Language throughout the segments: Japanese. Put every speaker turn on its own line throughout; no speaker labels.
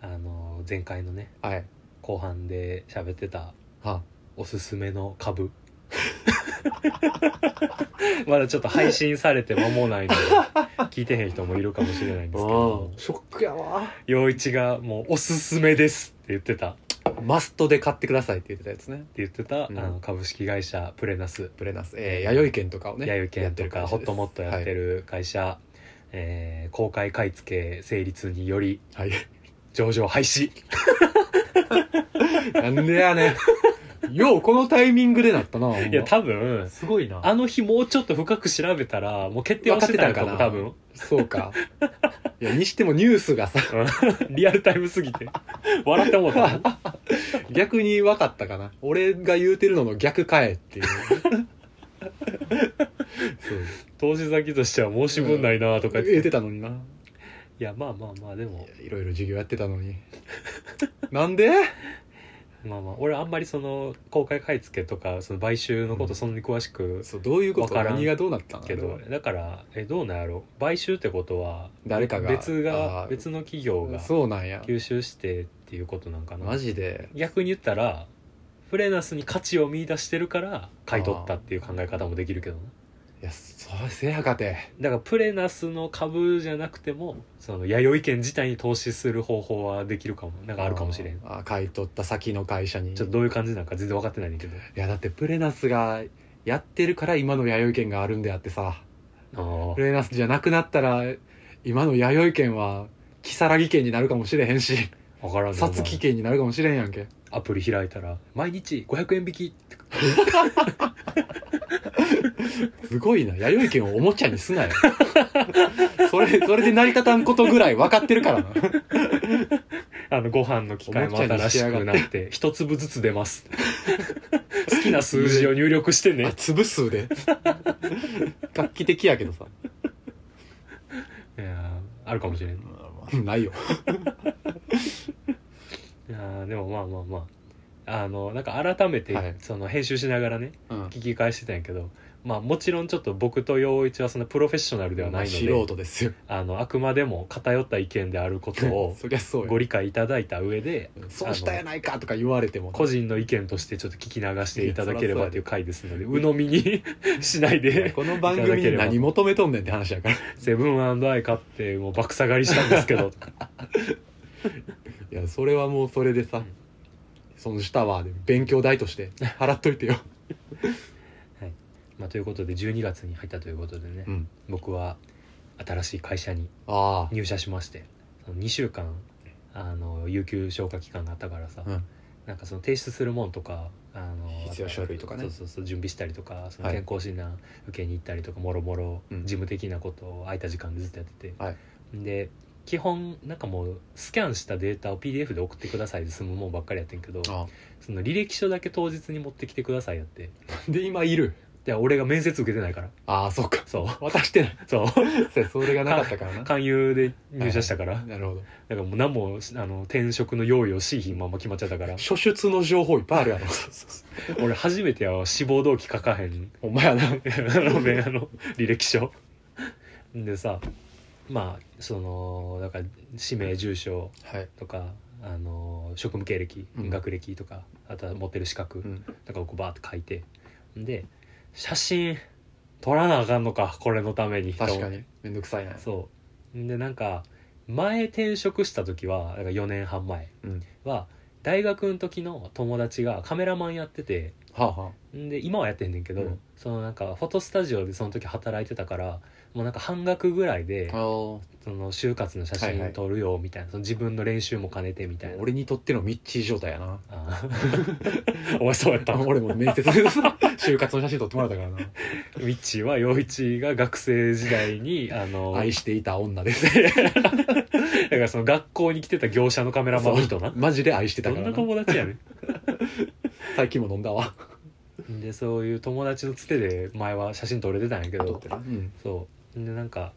あの前回のね
はい
後半で喋ってた
は
おすすめの 株まだちょっと配信されて間もないので聞いてへん人もいるかもしれないんですけど
ショックやわ
陽一がもう「おすすめです」って言ってたって
マストで買ってくださいって言ってたやつね
言ってた、
うん
あの株式会社プレナス
プレナス、えー、弥生県とかをね
弥生
や
県
って
と
る会
か
社
ホ
で
ッ
す
トモットやってる会社、えー公開買い付け成立により
はい、は
上場廃止
いなんでやねんようこのタイミングでなったなほんま
いや多分
すごいな
あの日もうちょっと深く調べたらもう決定はしてたんかも
分か
多
ってたん
分
そうかいやにしてもニュースが さ
リアルタイムすぎて笑ってもうた
逆に分かったかな俺が言うてるのの逆かえっていうそう
投資先としては申し分ないなとか言って,、
言っ
い
てたのにな
やまあまあまあでも
いろいろ授業やってたのになんで
まあまあ俺あんまりその公開買い付けとかその買収のこ
う
と
ん
そんなに詳しく
そうどういうこと
わからん
何がどうなったん
けど、
あれは
だからえどうなんやろ買収ってことは
誰かが
別が
あー
別の企業が
そうなんや
吸収してっていうことなんかな
マジで
逆に言ったらフレナスに価値を見出してるから買い取ったっていう考え方もできるけどない
やそれせやかて
だからプレナスの株じゃなくてもその弥生県自体に投資する方法はできるかもなんかあるかもしれん
あー買い取った先の会社に
ちょっとどういう感じなのか全然分かってないんだけど
いやだってプレナスがやってるから今の弥生県があるんであってさ
あ
プレナスじゃなくなったら今の弥生県は如月県になるかもしれへんし
分からんな
さつき県になるかもしれんやんけ
アプリ開いたら毎日500円引きって
すごいな弥生県をおもちゃにすなよそれそれで成り立たんことぐらい分かってるからな
あのご飯の機械も新しくなって一粒ずつ出ます 好きな数字を入力して
あ
ね
粒数で 画期的やけどさ
いやーあるかもしれん
ないよ
いやーでもまあまあまああのなんか改めて、
はい
その編集しながらね
うん
聞き返してたんやけどまあもちろんちょっと僕と陽一はそんなプロフェッショナルではないので、
素人ですよ
あのあくまでも偏った意見であることを
そりゃそう
ご
よ
理解いただいた上で
そうしたやないかとか言われても
個人の意見としてちょっと聞き流していただければという回ですので
やそら
鵜呑みにしないで
この番組に何求めとんねんって話やからい
「セブンアイ」買ってもう爆下がりしたんですけど
やそれはもうそれでさ
ん
損したわで勉強代として払っといてよ
まあということで12月に入ったということでね、
うん
僕は新しい会社に
あ
入社しましてその2週間あの有給消化期間があったからさ、
うん
なんかその提出するもんとかあの
必要書類とかね
そうそうそう準備したりとかその
はい
健康診断受けに行ったりとか、もろもろ
うん
事務的なことを空いた時間でずっとやってて、
はい
で基本なんかもうスキャンしたデータを PDF で送ってくださいで済むもんばっかりやってんけど
ああ
その履歴書だけ当日に持ってきてくださいやって
あで今いる
で俺が面接受けてないから
ああそうか
そう
渡してない
そう
そやそれがなかったからな
勧誘で入社したから、
なるほど
だからもう何もあの転職の用意をしいひんまま決まっちゃった から
初出の情報いっぱいあるやろ
俺初めては志望動機書かへん
ほんまやな
あのねあの履歴書でさまあそのだから氏名住所
はい
とかあの職務経歴、
うん
学歴とかあとは持ってる資格、
うん
だからこうバーって書いてで写真撮らなあかんのかこれのために
確かにめんどくさいな
そうでなんか前転職した時はだから4年半前
うん
は大学の時の友達がカメラマンやってて
はあはあ
んで今はやってんねんけど、
うん
そのなんかフォトスタジオでその時働いてたからもうなんか半額ぐらいで
あー
その就活の写
はいは
真
い
撮るよみたいな、その自分の練習も兼ねてみたいな。
俺にとってのミッチー状態やな
あー お前そうやったの
俺も面接 で就活の写真撮ってもらったからな
ミッチーは陽一が学生時代にあの
愛していた女です
だからその学校に来てた業者のカメ ラマンの人な
マジで愛して
ど
たか
んな
らな
友達やねん
最近も飲んだわ
で そういう友達のつてで前は写真撮れてたんやけど
うん
そうでなんか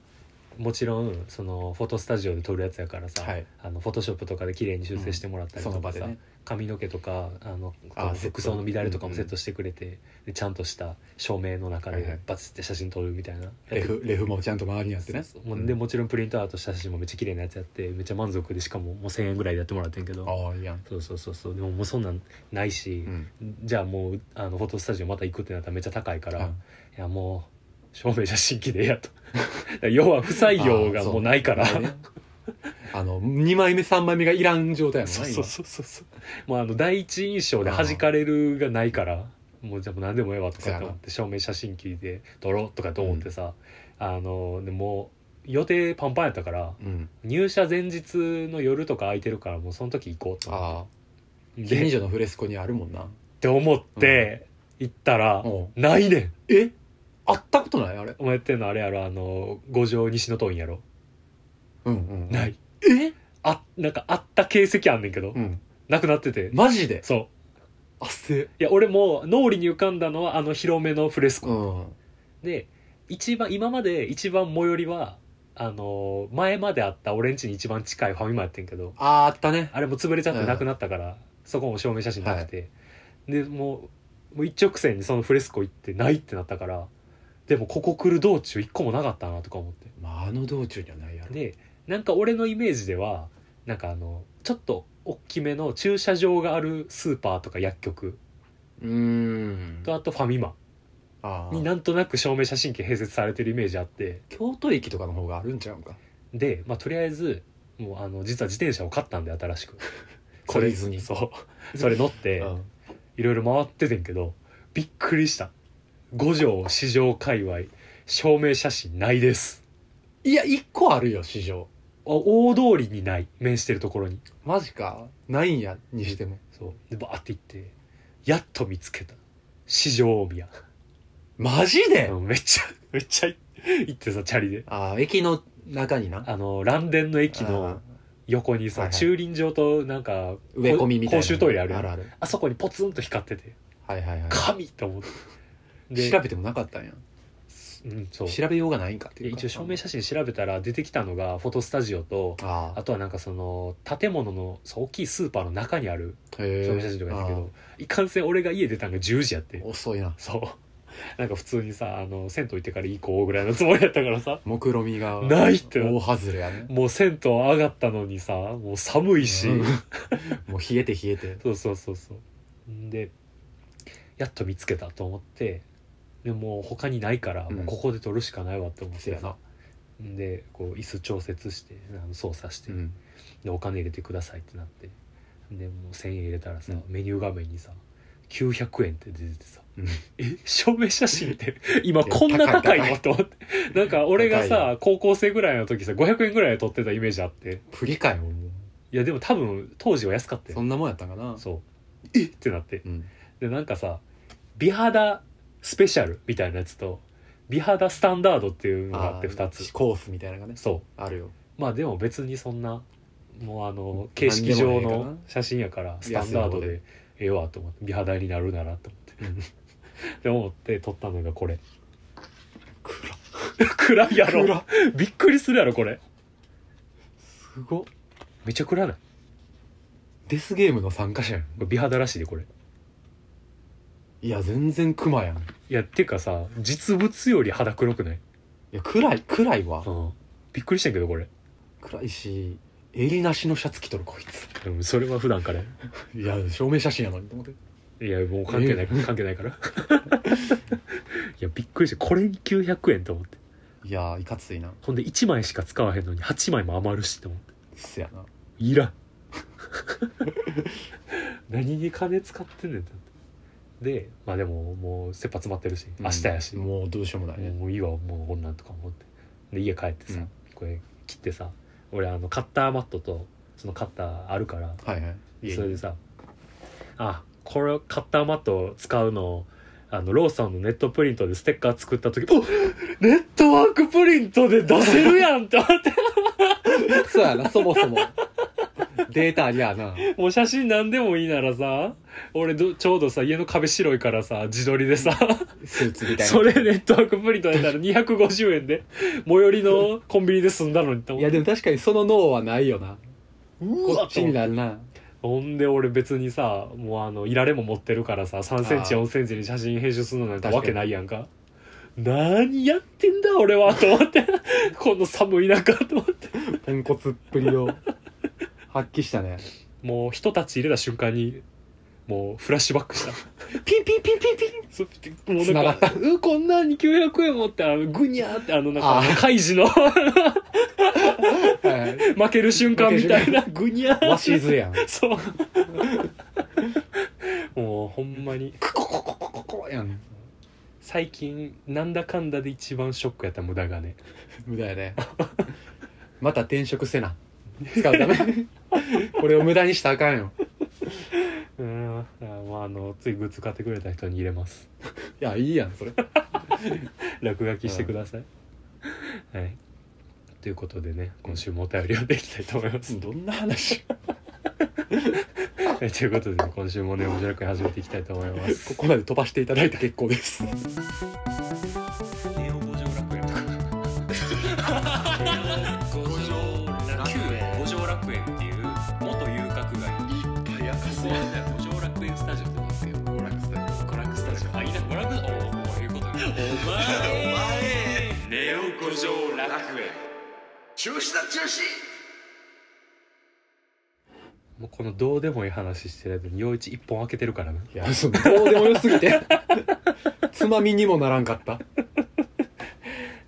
もちろんそのフォトスタジオで撮るやつやからさ、
はい
あのフォトショップとかで綺麗に修正してもらったり
そ
と
の
か
場
さ、
でね
髪の毛とかあの
あセット
服装の乱れとか
う
も
んうん
セットしてくれて、でちゃんとした照明の中
はいはい
でバツって写真撮るみたいな、
レフレフもちゃんと周りにあってね
そうそうもうでもちろんプリントアウトした写真もめっちゃ綺麗なやつやってめっちゃ満足でしかももう1,000円ぐらいでやってもらってんけど
ああいいやん、
そうそうそうそうでももうそんなんないし
う、ん
じゃあもうあのフォトスタジオまた行くってなったらめっちゃ高いから、
あ
いやもう照明写真機でええやと 要は不採用がもうないから
あそうねあの2枚目3枚目がいらん状態や もん
そう
な
そうそうそうそうもうあの第一印象で弾かれるがないからもうじゃあもう何でもええわとかって思って照明写真機で撮ろうとかと思ってさ、あのでもう予定パンパンやったから
今うん
入社前日の夜とか空いてるからもうその時行こうと思っ
ああ
て
近
でっ
所のフレスコにあるもんな
て思って行ったら、
おう
ないねん
え会ったことないあれ
お前やってんのあれやろあの五条西のトンやろ
うんうん
ない
え
あなんかあった形跡あんねんけど、
うん
なくなってて
マジで
そう
あっせ
いや俺も脳裏に浮かんだのはあの広めのフレスコ、
うん
で一番今まで一番最寄りはあの前まであった俺ん家に一番近いファミマやってんけど
ああったね
あれも潰れちゃってなくなったから、そこも証明写真なくて、でもうもう一直線にそのフレスコ行ってないってなったからでもここ来る道中一個もなかったなとか思って
まああの道中にはないやろ
でなんか俺のイメージではなんかあのちょっと大きめの駐車場があるスーパーとか薬局
うーん
とあとファミマ
あ
に
あ
なんとなく証明写真機併設されてるイメージあって
京都駅とかの方があるんちゃうんか
で、まあ、とりあえずもうあの実は自転車を買ったんで新しく
懲りずに
それそうそれ乗って
うん
いろいろ回っててんけどびっくりした五条市場界隈証明写真ないです
いや1個あるよ市場
あ大通りにない面してるところに
マジかないんやにしても
そうでバーって行ってやっと見つけた市場大宮
マジで
うんめっちゃ めっちゃ行ってさチャリで
ああ駅の中にな
あの蘭電の駅の横に
は
さ
いはい
駐輪場となんか
うん植え込みみたいな
公衆トイレあるや
あ
ん
るある
あそこにポツンと光ってて
はいはいはい
神と思ってで
調べてもなかったんや
うんそう
調べようがないんかって
で
いうか
一応証明写真調べたら出てきたのがフォトスタジオと
あ
あとはなんかその建物のそう大きいスーパーの中にある
あへ
証明写真とかやったけどいかんせん俺が家出たんが10時やって
ああ遅いな
そうなんか普通にさあの銭湯行ってから行こうぐらいのつもりやったからさ
目論みが
ないってな
大外れやね
もう銭湯上がったのにさもう寒いし、
うん もう冷えて冷えて
そうそうそうそうんでやっと見つけたと思ってでもう他にないから、
うん
もうここで撮るしかないわと思っ
せ
て
やな
さでこう椅子調節してあの操作して、
うん
でお金入れてくださいってなってでもう1,000円入れたらさ、
うん
メニュー画面にさ900円って出ててさ
うん
え証明写真って 今こんな高い
い
の
や
と思ってなんか俺が
高い
さ高校生ぐらいの時さ500円ぐらいで撮ってたイメージあって
プリかよもう
いやでも多分当時は安かった
そ
よ
んなもんやったんかな
そうえってなって
うん
でなんかさ美肌スペシャルみたいなやつと美肌スタンダードっていうのがあって2つ
コースみたいなのがね
そう
あるよ
まあでも別にそんなもうあの
何
形
でも
式
ないかな
上の写真やからスタンダード
安い方
でええわと思って美肌になるならと思って
うん
で思って撮ったのがこれ
暗
暗いや
暗
ろびっくりするやろこれ
すごっ
めちゃ暗ないこ
デスゲームの参加者やん
れ美肌らしいでこれ
いや全然クマやんい
いやてかさ実物より肌黒くない、
や暗い暗いわ
うん、びっくりしたんやけどこれ
暗いし襟なしのシャツ着とるこいつ
でもそれは普段から
いや証明写真やのにと思って
いやもう関係ない関係ないから いやびっくりしたこれに900円と思って
いやいかついなうっ
ほんで1枚しか使わへんのに8枚も余るしと思って
せやない
らん何に金使ってんねんってなってでまあでももう切羽詰まってるし明日やし、
うん
も
もうどうしようもないうね
もういいわもうこんなんとか思ってで家帰ってさ、
うん
これ切ってさ俺あのカッターマットとそのカッターあるから
はいはい家に
それでさあこれカッターマットを使うのをあのローソンのネットプリントでステッカー作った時おネットワークプリントで出せるやんって思って
そうやなそもそも データありゃあな
もう写真何でもいいならさ俺どちょうどさ家の壁白いからさ自撮りでさ
スーツみたい
そ
な
れネットワークプリントやったら250円で最寄りのコンビニで済んだのにと
い
思っ
や
て
でも確かにその脳はないよな
う
こ
わ
っちになるな
ほんで俺別にさもうあのいられも持ってるからさ3センチ
あー
4センチに写真編集するのなんて
確かに
わけないやんか何やってんだ俺はと思ってこの寒い中と思って
ポンコツっぷりを発揮したね
もう人たち入れた瞬間にもうフラッシュバックした
ピンピンピンピンピン
そうもうなんか「うこんなに900円持ってあのグニャーってあのなんか
あー
あのカイジ の
はいはい
負ける瞬間みたいなグニャー
わしずやん
そうもうほんまに
クココココココやん
最近なんだかんだで一番ショックやった無駄がね
無駄やねまた転職せな使うためこれを無駄にしたらあかんよ
うんあまああのついグッズ買ってくれた人に入れます
いやいいやんそれ
落書きしてください、はいということでね今週もお便りをでいきたいと思います、
どんな話
はいということで、ね、今週もね面白く始めていきたいと思います
ここまで飛ばしていただいて結構です
ネオ五条楽園とか。五条楽園。五条楽園っていう元遊郭街。いっぱいやかそうなんだよ。五条楽園スタジオってことですよ。娯楽スタジオ。娯楽スタジオ。あ、いいな、娯楽。おお、こういうこと。お前。お前。
ネオ五条楽園中止だ中止
もうこのどうでもいい話してる間に、陽一一本開けてるからね。
いやそのどうでもよすぎてつまみにもならんかった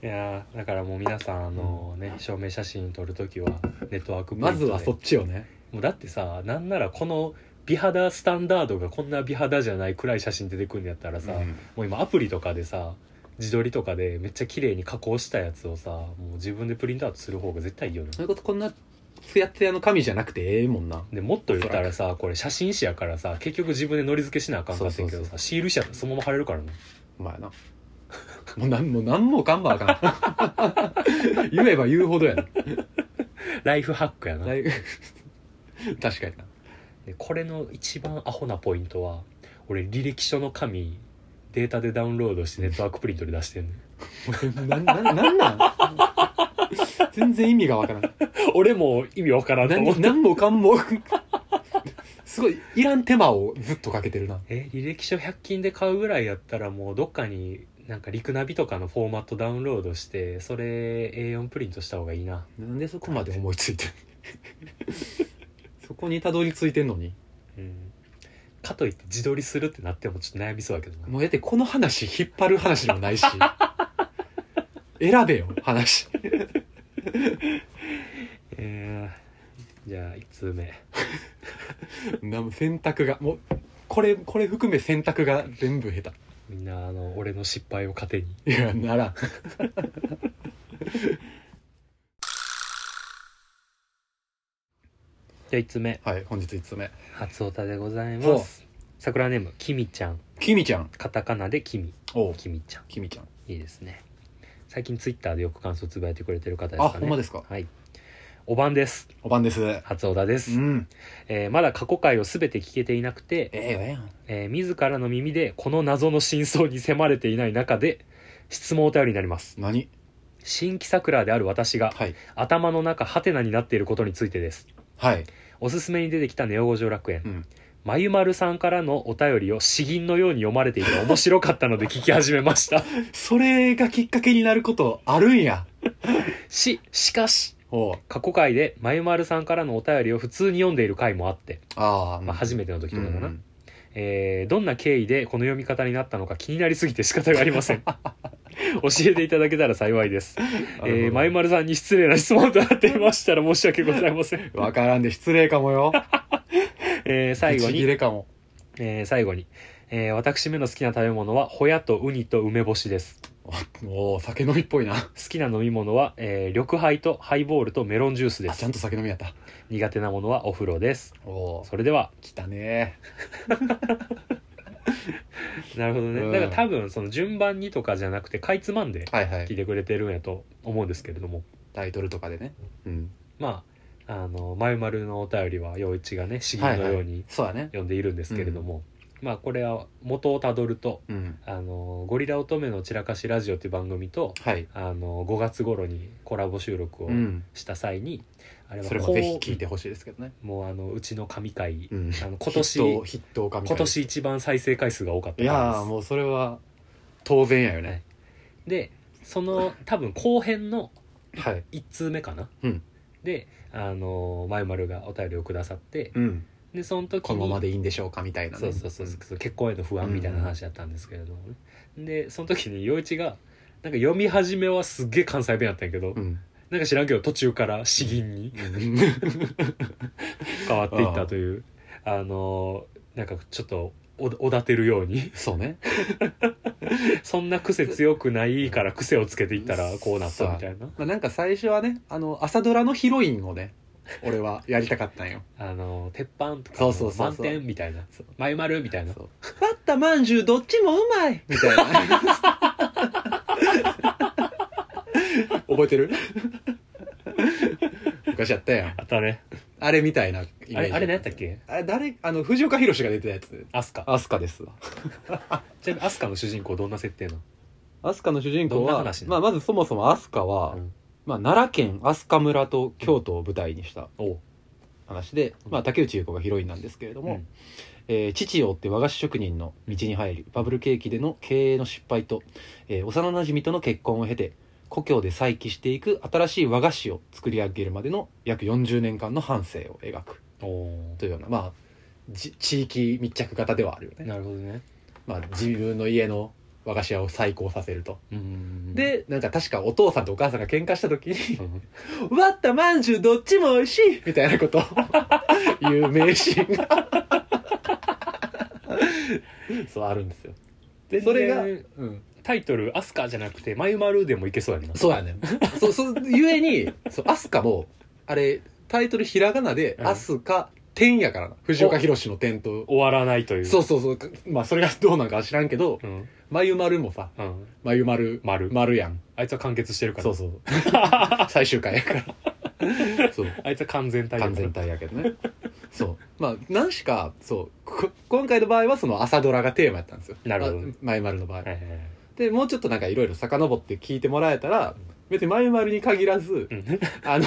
いやー、だからもう皆さん、あのね、証明写真撮るときは、ネットワークプリン
ま
ト
ず
で
はそっちをね
もうだってさなんならこの美肌スタンダードがこんな美肌じゃない暗い写真出てくるんやったらさ、
うん
もう今アプリとかでさ自撮りとかでめっちゃ綺麗に加工したやつをさもう自分でプリントアウトする方が絶対いいよね
それこそこんなツヤツヤの紙じゃなくてええもんな
でもっと言ったらさこれ写真誌やからさ結局自分でのり付けしなあかんかったけどさ
そうそうそ
シール誌やったらそのまま貼れるからね
お前なもうなんもうなんもかんばあかん 言えば言うほどやな
ライフハックやな
だいぶ 確かにな
でこれの一番アホなポイントは俺履歴書の紙データでダウンロードしてネットワークプリントで出してんねん
なななんなん全然意味がわからん
俺も意味わからんと思って
何何もかんもすごいいらん手間をずっとかけてるな
え履歴書100均で買うぐらいやったらもうどっかになんかリクナビとかのフォーマットダウンロードしてそれ A4 プリントした方がいいな
なんでそこまで思いついてんそこにたどり着いてんのに
うんかといって自撮りするってなってもちょっと悩みそうやけどな
もうやってこの話引っ張る話でもないし選べよ話
えー、じゃあ1通目
な選択がもうこれこれ含め選択が全部下
みんなあの俺の失敗を糧に
手いやならん
じゃあ1通目
はい本日5つ目
初オタでござい
ほ
ま
う
す桜ネームきみちゃん
きみちゃん
カタカナできみ
おう
きみちゃん
きみちゃん
いいですね最近ツイッターでよく感想つぶやいてくれてる方ですかね
あほんまですか
はいおばんです
おばんですう
初小田です、
ん
えーまだ過去回を全て聞けていなくて、
ええわやん
えー自らの耳でこの謎の真相に迫れていない中で質問お便りになります
何
新規桜である私が
はい
頭の中ハテナになっていることについてです
はい
おすすめに出てきたネオ五条楽園、
うん
まゆまるさんからのお便りを詩吟のように読まれていて面白かったので聞き始めま した
それがきっかけになることあるんや
ししかし
おう
過去回でまゆまるさんからのお便りを普通に読んでいる回もあって、
ああ
まあ、初めての時とかかな、
うん
えーどんな経緯でこの読み方になったのか気になりすぎて仕方がありません 教えていただけたら幸いです、
なるほど
えー、まゆまるさんに失礼な質問となっていましたら申し訳ございません、
わからんで失礼かも よ
えー最後
ブチ
に
ギ、レかも
えー最後に、えー私めの好きな食べ物はホヤとウニと梅干しです
おお酒飲みっぽいなあ
好きな飲み物は、えー緑杯とハイボールとメロンジュースで
ち
す
ゃんと酒飲みやった
苦手なものはお風呂です
おお
それでは
来たね
なるほどね、
うん
だから多分その順番にとかじゃなくてかいつまんで
はいは
聞いてくれてるんやと思うんですけれども
タイトルとかでねうん
まあの「まゆまる」のお便りは陽一がね詩吟のように
そうだね
読んでいるんですけれども、まあこれは元をたどると
うん
「あのゴリラ乙女の散らかしラジオ」っていう番組と
はい
あの5月頃にコラボ収録を
うん
した際に、あれは
それも
こう
ぜひ聞いてほしいですけどね
もうあのうちの神回、
うん
あの今年
筆頭筆頭神
今
回
年一番再生回数が多かった
いやーもうそれは当然やよね
うでその多分後編の
はい
1通目かな、
うん
であのまゆまるがお便りをくださって、
うん
でその時
こ
に
のままでいいんでしょうかみたいなね
そうそうそうそう、結婚への不安みたいな話だったんですけれどもね、でその時に陽一がなんか読み始めはすっげえ関西弁やったんやけど、
うんうん
なんか知らんけど途中から詩吟に変わっていったというあのーなんかちょっとおおだてるように
そうね
そんな癖強くないから癖をつけていったらこうなったみたいな
まあなんか最初はねあの朝ドラのヒロインをね俺はやりたかったんよ
あのー鉄板とか
そうそうそう
満
そう
点みたいな丸丸みたいな
そう「バッタまんじゅうどっちもうまい!」みたいな覚えてる昔やったやん
あったね
あれみたいなイメージ
あれあれ何やったっけ
あれ誰あの藤岡弘が出てたやつ
アスカ
アスカですわ
ちなみにアスカの主人公どんな設定なの
アスカの主人公
どんな
は、
話なの
まあ、まずそもそもアスカは、
うん
まあ、奈良県飛鳥村と京都を舞台にした
おう
話で、
うん
まあ、竹内結子がヒロインなんですけれども、
うん
えー父を追って和菓子職人の道に入りバブル景気での経営の失敗と、えー幼なじみとの結婚を経て故郷で再起していく新しい和菓子を作り上げるまでの約40年間の半生を描く
お
というようなまあじ地域密着型ではあるよ
う
ね、
なるほどね
まあ、自分の家の和菓子屋を再興させると
うん
でなんか確かお父さんとお母さんが喧嘩した時に
うん
「わったまんじゅうどっちも美味しい!」みたいな ことを言う名シーンがそうあるんですよでそれが、
で
うん、
タイトル「アスカ」じゃなくて「まゆまる」でもいけそうやんな
そうやねそうそうゆえにそうアスカもあれタイトルひらがなで
う
「
ん
アスカ天」やからな藤岡弘の点と
終わらないという
そうそうそうまあそれがどうなんかは知らんけど
うん
「まゆまる」もさ
うん
「まゆまる」
まる
丸やん
あいつは完結してるから
そうそう 最終回や からそう
あいつは完全体
完全体やけ どねそうまあ何しかそうこ今回の場合はその朝ドラがテーマやったんですよ
なるほど
ままゆまるの場
は
合、
いはいはい
でもうちょっとなんかいろいろ遡って聞いてもらえたら別にまゆまるに限らず
うん
あの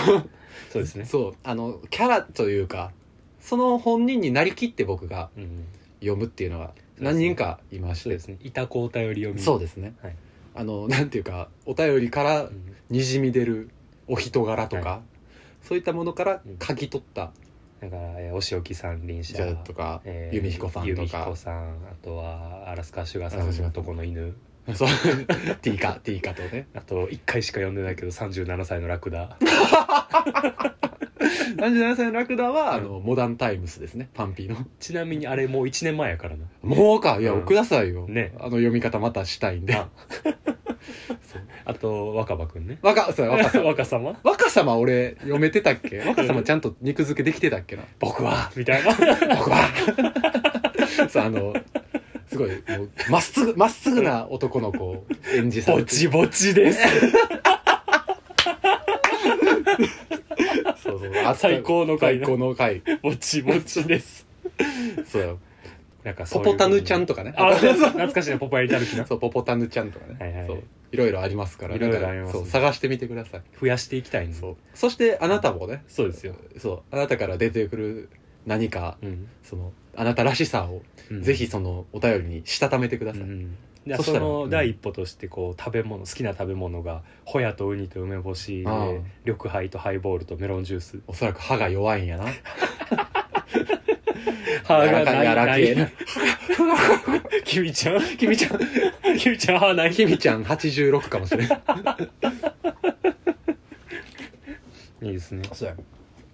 そうですね
そうあのキャラというかその本人になりきって僕が
うん
読むっていうのは
そうですね
何人かいまし
そ
て
うですねいたこお便り読み
そう
で
ですね、
はい
あのなんていうかお便りからにじみ出るお人柄とか、
は
そういったものから
うん
嗅ぎ取った
だからえーお仕置き三輪
じゃあ
車
とか、
えー
弓彦さんとか
弓彦さんあとはアラスカシュガ
アラ
ー
スカシ
さん
ュガ
の
ー
とこの犬
そうティーカティーカとね
あと1回しか読んでないけど37歳のラクダ
77歳のラクダは、あ
うん
のモダンタイムスですねパンピーの
ちなみにあれもう1年前やからな
もうかいや、
うん
くださいよ、
ね
あの読み方またしたいんで
ああと若葉くんね
若そう若 さ
若様
若さま俺読めてたっけ若さまちゃんと肉付けできてたっけな僕は
みたいな
僕は そうあのすごいもうまっすぐまっすぐな男の子を演じさ
ぼ
れて
ちぼちです
そうそうあ
最高の回
最高の回
ぼちぼちです
そうよ
なんかそ
ポ
ういう
ポタヌちゃんとかね
あそうそう懐かしいなポポやりたるきな
そうポポタヌちゃんとかね、
はいはい
そういろいろありますから
いろいろありますね
そう探してみてください
増やしていきたいんです
そうそしてあなたもね
そうですよ、
そうあなたから出てくる何か
うん
そのあなたらしさを、
うん
ぜひそのお便りにしたためてくだ
う
さい、
ん、でそ
そしたらう
の
ん
第一歩としてこう食べ物好きな食べ物がホヤとウニと梅干しで
ああ
緑杯とハイボールとメロンジュース
おそらく歯が弱いんやな
歯がない
や
な
らかやら
い
け
君ちゃん
え君ちゃん
君ちゃん歯ない
君ちゃん86かもしれな い
いいですね
そうや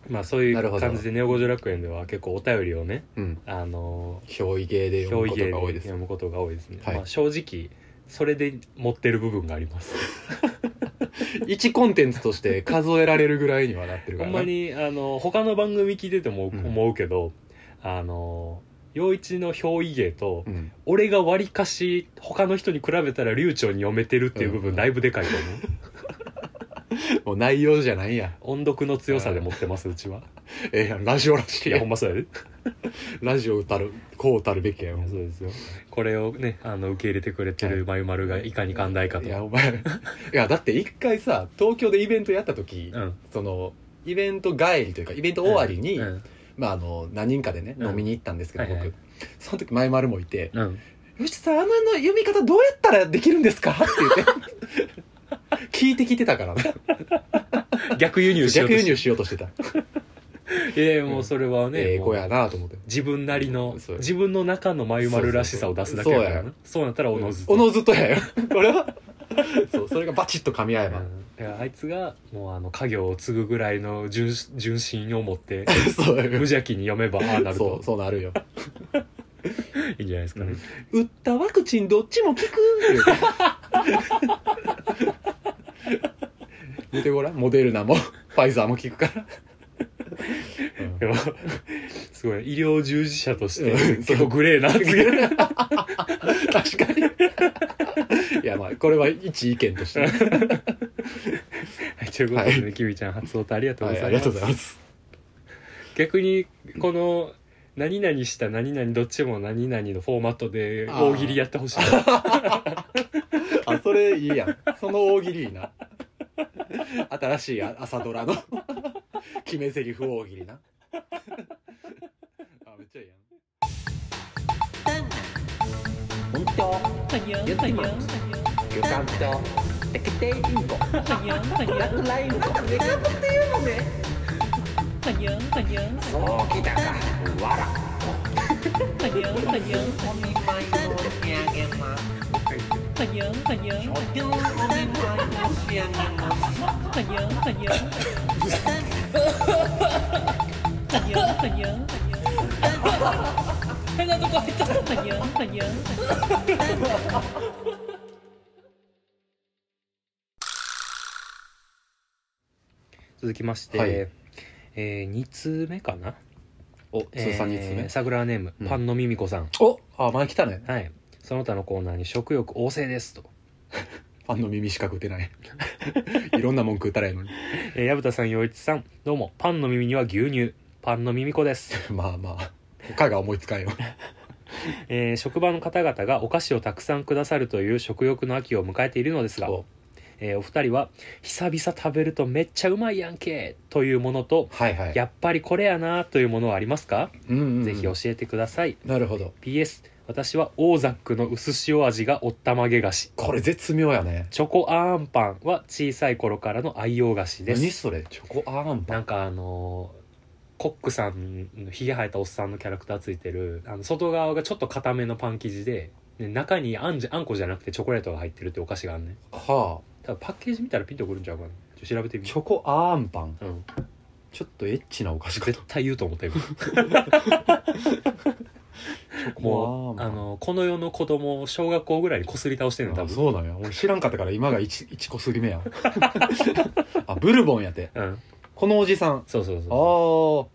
まあそうい
なるほ
う
ど
感じでネオ五条楽園では結構お便りをね
うん
あの
憑依芸で読む
表
こと
現
が多いです
読むことが多いですね、
はい
まあ、正直それで持ってる部分があります
1コンテンツとして数えられるぐらいにはなってるか
ほ
ら
ん
ね
まにあの他の番組聞いてても
うん
思うけど、あの陽一の憑依芸と、
うん
俺がわりかし他の人に比べたら流暢に読めてるっていう部
うん
分だいぶでかいと思う、
もう内容じゃないや
音読の強さで持ってますうちは
ええやんラジオらし
い
い
や
や
ほん
ん
まそうやで
ラジオ歌るこう歌るべきやん
そうですよこれをねあの受け入れてくれて
はい
るまゆまるがいかに寛大かと
いやお前いやだって一回さ東京でイベントやった時、
うん
そのイベント帰りというかイベント終わりに、
うん
まあ、あの何人かでね、
うん
飲みに行ったんですけど
はいはい
僕その時前丸もいて
うん
「吉さんあのの読み方どうやったらできるんですか?」って言って 聞いて聞いてたからね
逆輸入しよう
逆
とし
輸入しようとしてた
いやいやもうそれはね、
ええ
もう
子やなと思って
自分なりの
そう
自分の中のまゆまるらしさを出すだけやからな
そう
そ
そう
なったらおのずと
おのずとやよ これはそうそれがバチッと噛み合えば、
うんだからあいつがもうあの家業を継ぐぐらいの純純真を持って
そう
無邪気に読めばああなる
そ
と
うそうなるよ
いいんじゃないですかね、
打ったワクチンどっちも効く 見てごらんモデルナ もファイザーも効くから、
でも すごい医療従事者として
うん
結構グレーな発言
確かに いやまあこれは一意見としてね、
はいということで、
は
ね、きみちゃん初音ありがとうご
はい、あ
ざいま
り
す
がとうございます
逆にこの何々した何々どっちも何々のフォーマットで
あー
大喜利やってほしい
あそれいいやんその大喜利いいな新しいあ朝ドラの決め台詞大喜利 なあめっちゃいいやん
本当ゆずまゆかんとてけていんごラクラインゴネガブっていうのねそうきたかわらお見舞い申し上げますお見舞い申し上げます
続きまして、
はい
えー、2通目かな
お通算2つ目、
えー桜ネーム、
うん
パンのミミコさん
おあ前来たね
はいその他のコーナーに食欲旺盛ですと
ファンの耳しか打てない いろんな文句打たれんのに
えー矢蓋さん陽一さんどうもパンの耳には牛乳パンのミミコです
まあまあ他が思いつかんよ
えー職場の方々がお菓子をたくさんくださるという食欲の秋を迎えているのですが
お
お,、えーお二人は「久々食べるとめっちゃうまいやんけ!」というものと
はいは
「
い
やっぱりこれやな」というものはありますか、
うんうんうん
ぜひ教えてください
なるほど
PS 私はオーザックの薄塩味がおったまげ菓子
これ絶妙やね
チョコアーンパンは小さい頃からの愛用菓子で
何
す
それチョコアーンパ
な
ン
んかあのーコックさんのひげ生えたおっさんのキャラクターついてるあの外側がちょっと固めのパン生地でで中にあんじあんこじゃなくてチョコレートが入ってるってお菓子があんねん
は
多分パッケージ見たらピンとくるんちゃうかなちょっと調べて
あ
み
チ
よ
ョコアーンパン
う、うん、
ちょっとエッチなお菓子か
絶
と
対言うと思った今もうあのこの世の子供を小学校ぐらいにこすり倒してんの多
あ
分
そうなんや俺知らんかったから今が 1, 一個すぎ目や あブルボンやて
うん
このおじさん
そうそうそう
あ
そ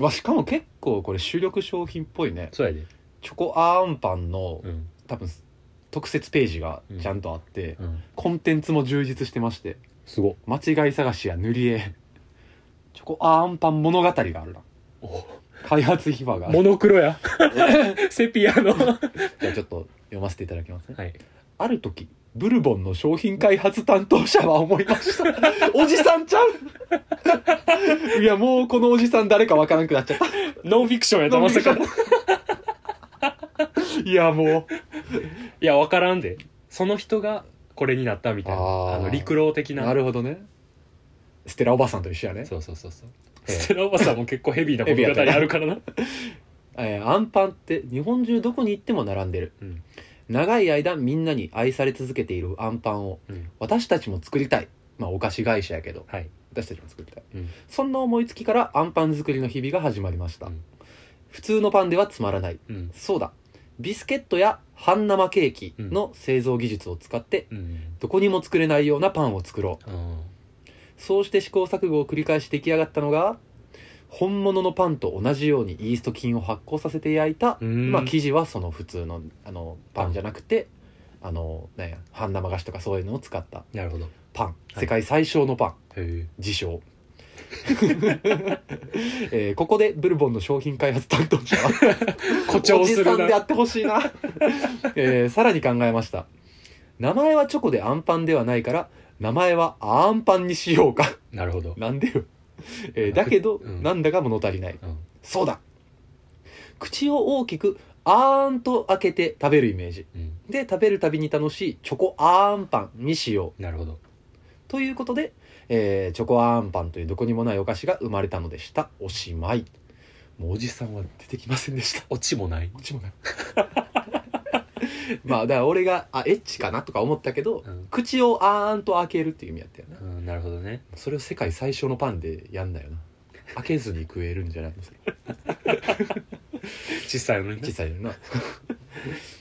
あわしかも結構これ主力商品っぽいね
うそうやで
チョコアーンパンの
うん
多分特設ページがちゃんとあって、
うん
コンテンツも充実してまして
すごっ
間違い探しや塗り絵 チョコアーンパン物語があるな
お
開発秘話があ
モ
る
ノクロや セピアのは
じゃあちょっと読ませていただきますね
い
ある時ブルボンの商品開発担当者は思いました おじさんちゃういやもうこのおじさん誰かわからなくなっちゃった
ノンフィクションやとまさか
いやも
いや分からんでその人がこれになったみたいな
あ
あ
ー
の陸老的
う
な
なるほどねステラおばさんと一緒やね
そうそうそうそう
ええ
ステラおばさんも結構ヘビーな物語あるからな
えーアンパンって日本中どこに行っても並んでる、
うん
長い間みんなに愛され続けているアンパンを
うん
私たちも作りたいまあお菓子会社やけど
はい
私たちも作りたい、
うん
そんな思いつきからアンパン作りの日々が始まりました、
うん
普通のパンではつまらない
うん
そうだビスケットや半生ケーキの製造技術を使って
うん
どこにも作れないようなパンを作ろうそうして試行錯誤を繰り返し出来上がったのが本物のパンと同じようにイースト菌を発酵させて焼いた
うん
まあ、生地はその普通のあのパンじゃなくてあのなんや半生菓子とかそういうのを使った
なるほど
パン
い
世界最小のパン、
へ
自称えーここでブルボンの商品開発担当者は
え 誇張する
おじさんであ
な
ってほしいな、 えーさらに考えました名前はチョコでアンパンではないから名前はアンパンにしようか
なるほど、
なんでよ、えーだけど、
うん
なんだか物足りない
うん、
そうだ口を大きくあーんと開けて食べるイメージ
うん
で食べるたびに楽しいチョコあーんパンにしよう
なるほど
ということで、えーチョコあんパンというどこにもないお菓子が生まれたのでしたおしまいもうおじさんは出てきませんでした
オチもない
もちろんない まあだから俺があエッチかなとか思ったけど、
うん
口をあーんと開けるっていう意味やったよな
うん、なるほどね
それを世界最小のパンでやんなよな開けずに食えるんじゃないのそれ
小さいのにね
小さいよな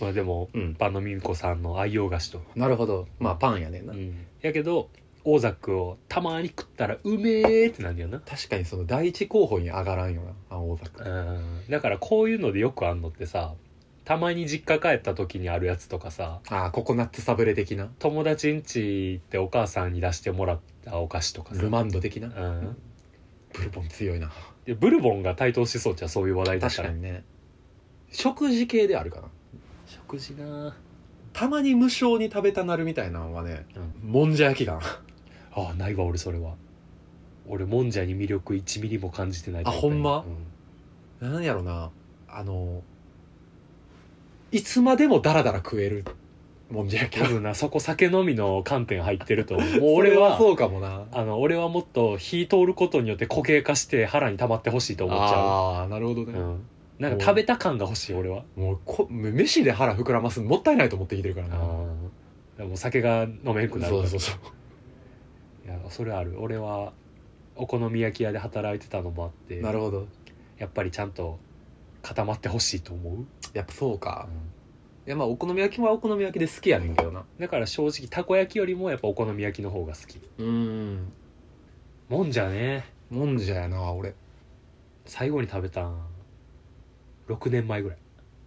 まあでも、
うん
パンのミンコさんの愛用菓子と、
なるほどまあパンやねんな、
うん、やけどオーザックをたまに食ったらうめえってなんだよな
確かにその第一候補に上がらんよなあ大阪
うんだからこういうのでよくあんのってさたまに実家帰った時にあるやつとかさ
あーココナッツサブレ的な
友達ん家行ってお母さんに出してもらったお菓子とかさ
ルマンド的な
うん、
ブルボン強いな
でブルボンが台頭しそうじゃそういう話題だ
確
か
からにね食事系であるかな
食事な
たまに無償に食べたなるみたいなのはね、
う
もんじゃ焼きだな
ああないわ俺それは俺もんじゃに魅力1ミリも感じてない
あほんま
うん
なんやろなあのいつまでもダラダラ食えるもんじゃ焼き
多分なそこ酒飲みの観点入ってると思うもう俺は
それそうかもな
あの俺はもっと火通ることによって固形化して腹に溜まってほしいと思っちゃ
ああーなるほど
う、
ね
う、ん、なんか食べた感が欲しい俺は
もうこ飯で腹膨らますのもったいないと思ってきてるからな
でも酒が飲めんくなるか
そ
ら
うそうそう
いやそれある俺はお好み焼き屋で働いてたのもあって
なるほど
やっぱりちゃんと固まってほしいと思う、
やっぱそうかいやまあお好み焼きはお好み焼きで好きやねんけどな
だから正直たこ焼きよりもやっぱお好み焼きの方が好き
うん
もんじゃね
もんじゃやな俺
最後に食べたん6年前ぐらい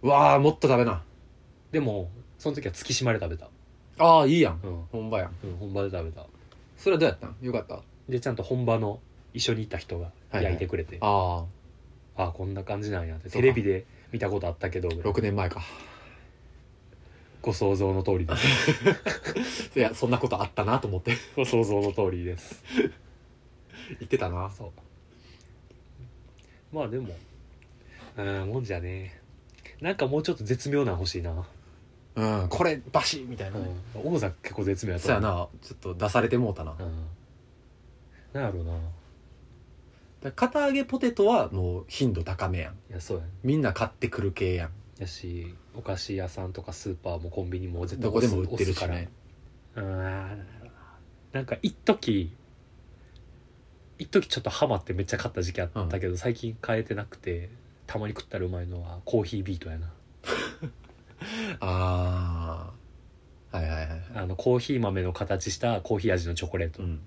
う
わあもっと食べな
でもその時は月島で食べた
ああいいやん
うん、
本場やん
うん、本場で食べた
それはどうやったんよかったあ
でちゃんと本場の一緒にいた人が
いはい
焼いてくれて、
あ
ああこんな感じなんやって
そうか
テレビで見たことあったけど
6年前か
ご想像の通りです
いやそんなことあったなと思って
ご想像の通りです
言ってたな
そうまあでもうんもんじゃねなんかもうちょっと絶妙なの欲しいな、
うんこれバシッみたいな、
うん、王座結構絶妙やと
そうやなちょっと出されてもうたな、
う
だか
んなんやろうな
ら片揚げポテトはもう頻度高めやん
いやそうやね
みんな買ってくる系やん
やしお菓子屋さんとかスーパーもコンビニも絶対
どこでも売ってるし
押
ね
すからうんなんか一時一時ちょっとハマってめっちゃ買った時期あったけど、最近買えてなくてたまに食ったらうまいのはコーヒービートやな
ああはいはいはいはい
あのコーヒー豆の形したコーヒー味のチョコレート、
うん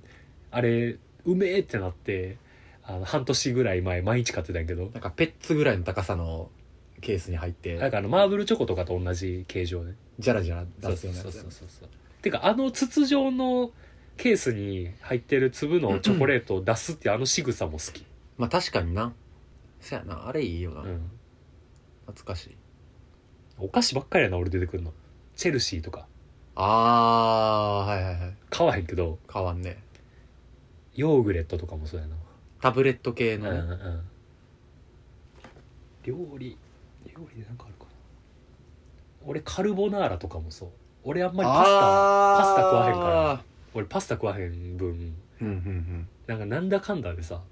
あれうめえってなってあの半年ぐらい前毎日買ってたんやけど
なんかペッツぐらいの高さのケースに入っ
なん
て
かあのマーブルチョコとかと同じ形状で
ジャラジャラ
そう
出す
そ
よ
う
う
そう
なやつ
そ
やん
うそうてかあの筒状のケースに入ってる粒のチョコレートを出すっていうあの仕草も好き、
まあ確かになそやなあれいいよな、
うん、
懐かしい
お菓子ばっかりやな俺出てくるのチェルシーとか
ああーはいはいはい
買わへんけど
変わんね
ヨーグレットとかもそうやな
タブレット系
うん
の
う
ね、
んうん料理料理でなんかあるかな俺カルボナーラとかもそう俺あんまりパスタ
あ
パスタ食わへん
か
か俺パスタ食わへん分
らうんうん
なんかなんだかんだでさ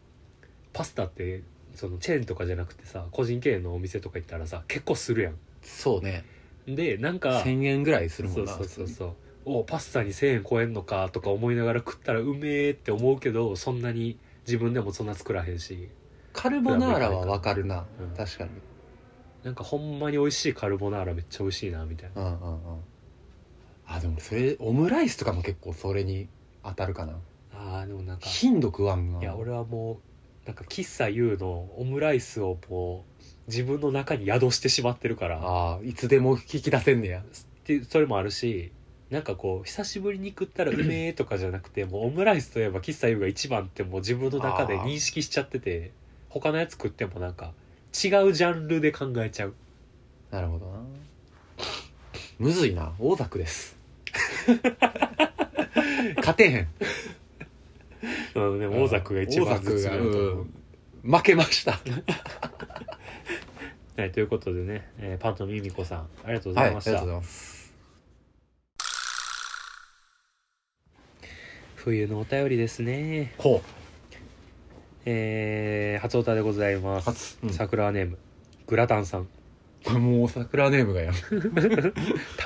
パスタってそのチェーンとかじゃなくてさ個人経営のお店とか行ったらさ結構するや
そうね
んでなんか
1000円ぐらいするも
そ
ん
う
な
そうそう
普通
そうおパスタに1,000円超えんのかとか思いながら食ったらうめえって思うけどそんなに自分でもそんな作らへんし
にカルボナーラはわかるな、
うん
確かに
なんかほんまに美味しいカルボナーラめっちゃ美味しいなみたいな
うんうんうんあでもそれオムライスとかも結構それに当たるかな
あーでもなんか
頻度食わんない
や俺はもうなんか喫茶 U のオムライスをもう自分の中に宿してしまってるから
ああいつでも引き出せんねや
ってそれもあるしなんかこう久しぶりに食ったらうめえとかじゃなく てもうオムライスといえば喫茶優が一番ってもう自分の中で認識しちゃってて他のやつ食ってもなんか違うジャンルで考えちゃう
なるほどなむずいな大田区です 勝てへん
うんでも大作が一
大
番
作
絶
が
妙だと思う
うん 負けました
はい、ということでね、えーパントミミコさんありがとうご
は
ざ
いあり
い
が
まし
とう
た、
ございます
冬のお便りですね
ほ
えー、初おたでございま
う
す
初、うん
桜ネームグラタンさ ん
これもう桜ネームがやん
食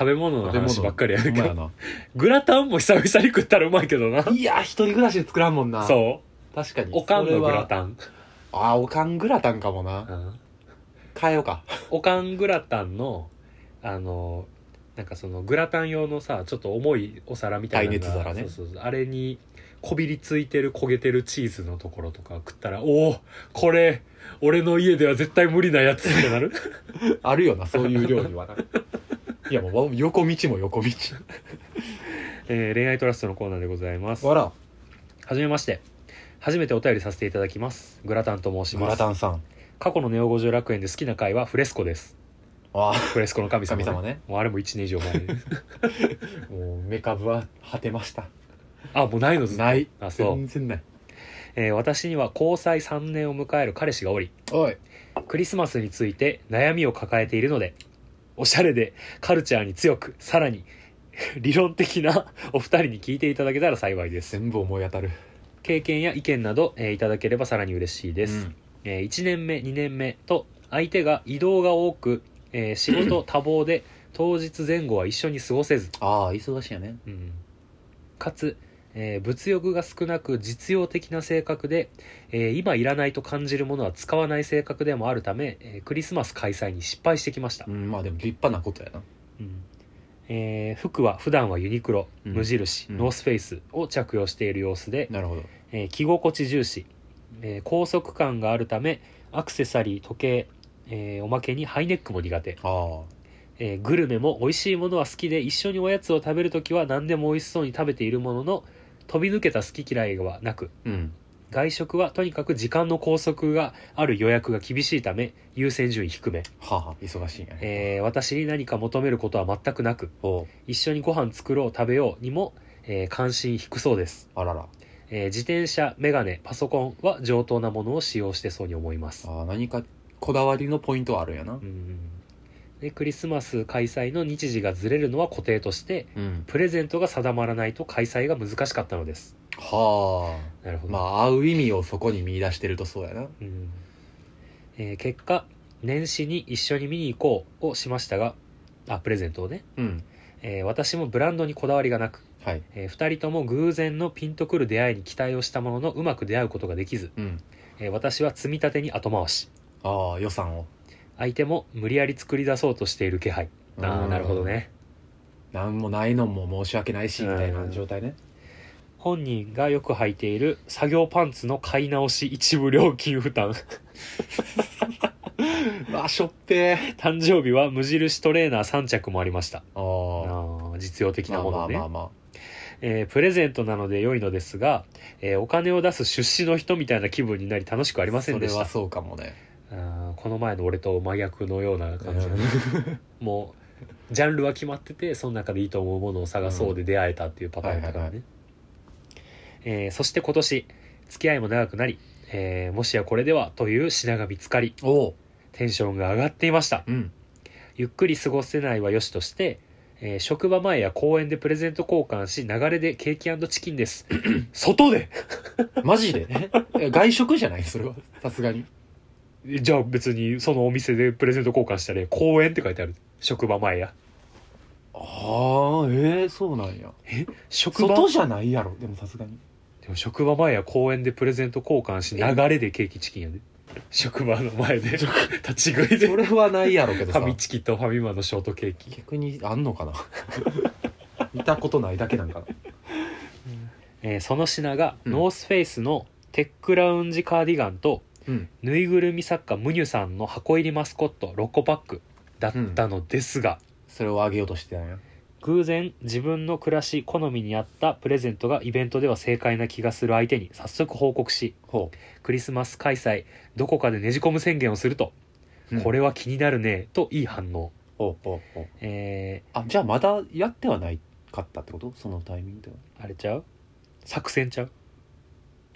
べ物の話ばっかりやるけ
ほんま
どグラタンも久々に食ったらうまいけどな
ないや一人暮らしで作らんもんなう
そ
確かに
うおかんのグラ
ン
タン、
あーおかんグラタンかもな
うん
変えようか
おかんグラタンのあのなんかそのグラタン用のさちょっと重いお皿みたいなのが
耐熱皿ね
そうそうそうあれにこびりついてる焦げてるチーズのところとか食ったらおおこれ俺の家では絶対無理なやつってな る
あるよなそういう料理はないやもう横道も横道
えー恋愛トラストのコーナーでございますは
わら
じめまして初めてお便りさせていただきますグラタンと申し
グ
ま
ラ
す
タンさん
過去のネオ五条楽園で好きな回はフレスコです
あ
フレスコの神様,、
神様ね
もうあれも1年以上前です
あもうメカブは果てました
あもうないのずっと
ない
あそう
全然ない
えー私には交際3年を迎える彼氏がおり
おい
クリスマスについて悩みを抱えているのでおしゃれでカルチャーに強くさらに 理論的な お二人に聞いていただけたら幸いです
全部思い当たる
経験や意見など、えーいただければさらに嬉しいです、
うん
え1年目2年目と相手が移動が多く、えー仕 事多忙で当日前後は一緒に過ごせず
ああ忙しいよね
うんかつ、えー物欲が少なく実用的な性格で、えー今いらないと感じるものは使わない性格でもあるため、えークリスマス開催に失敗してきました
う、んまあでも立派なことやな
うんえー服は普段はユニクロ、
うん
無印、
うん
ノースフェイスを着用している様子で、
なるほど
えー着心地重視、えー高速感があるためアクセサリー時計、えーおまけにハイネックも苦手、
あ
えーグルメも美味しいものは好きで一緒におやつを食べるときは何でも美味しそうに食べているものの飛び抜けた好き嫌いはなく
あうん
外食はとにかく時間の拘束がある予約が厳しいため優先順位低め、
はあはあ忙しいんやね
えー私に何か求めることは全くなく
おう
一緒にご飯作ろう食べようにも、えー関心低そうです、
あらら
えー自転車メガネパソコンは上等なものを使用してそうに思います
ああ何かこだわりのポイントはあるんやな
うんでクリスマス開催の日時がずれるのは固定として
うん
プレゼントが定まらないと開催が難しかったのです
はあ
なるほど、
まあ会う意味をそこに見出してるとそうやな
うんえー結果年始に一緒に見に行こうをしましたがあプレゼントをね、
うん
えー私もブランドにこだわりがなく、
はい
え2人とも偶然のピンとくる出会いに期待をしたもののうまく出会うことができず、
うん
えー私は積み立てに後回し
ああ予算を
相手も無理やり作り出そうとしている気配あ
う
あ
ん
なるほどね
なんもないのも申し訳ないしみたいな状態ね
本人がよく履いている作業パンツの買い直し一部料金負担
うわしょっぺー
誕生日は無印トレーナー3着もありました
ああ
あー実用的
ま
な
あ
も
ま
の
あ
ね、
まあま
えープレゼントなので良いのですが、えーお金を出す出資の人みたいな気分になり楽しくあり
あ
ませ
そ
ん
れ
でし
は
た
そうかもね
あーこの前の俺と真逆のような感じ だね、もうジャンルは決まっててその中でいいと思うものを探そうで出会えたっていうパターンだから
はいは
ねえーそして今年付き合いも長くなり、えーもしやこれではという品が見つかり
おう
テンションが上がっていました
うん
ゆっくり過ごせないはよしとして、えー職場前や公園でプレゼント交換し流れでケーキチキンです 外で
マジで え外食じゃないそれはさすがに
じゃあ別にそのお店でプレゼント交換したら公園って書いてある職場前や
ああええそうなんや
職場
外じゃないやろでもさす がに
でも職場前や公園でプレゼント交換し流れでケーキチキンやで職場の前で立ち食いで
そ
フ
れはないやろけどさ
ァミチキとファミマのショートケーキ
逆にあんのかな 見たことないだけなんかな
えーその品が、
うん
ノースフェイスのテックラウンジカーディガンと、
うん
ぬいぐるみ作家ムニュさんの箱入りマスコット6個パックだったのですが、
それをあげようとしてたんや
偶然自分の暮らし好みに合ったプレゼントがイベントでは正解な気がする相手に早速報告し
ほ
クリスマス開催どこかでねじ込む宣言をすると、
う、うん
これは気になるねといい反応
ほうほうほう
え
あじゃあまだやってはないかったってことそのタイミングでは
ー、あれちゃう作戦ちゃう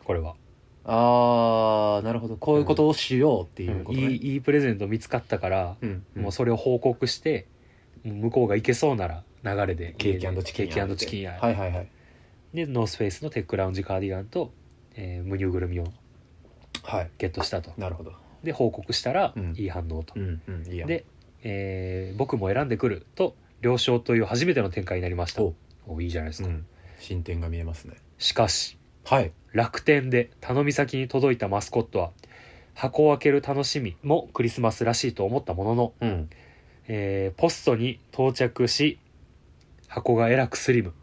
これは、
ああなるほどこういうことをしようっていうことね、
いいいいプレゼント見つかったから、
うん
もうそれを報告してもう向こうが行けそうなら流れで
ケーキチキン
ケーキチキンや、
はいはいはい
でノースフェイスのテックラウンジカーディガンと、えー、無乳ぐるみを
はい
ゲットしたと
なるほど
で報告したら、
うん
いい反応と、
んうんいいや
で、えー僕も選んでくると了承という初めての展開になりました
お
おいいじゃないです
う
か、
ん、進展が見えますね
しかし
はい
楽天で頼み先に届いたマスコットは箱を開ける楽しみもクリスマスらしいと思ったものの、
うん
えーポストに到着し箱がえらくスリム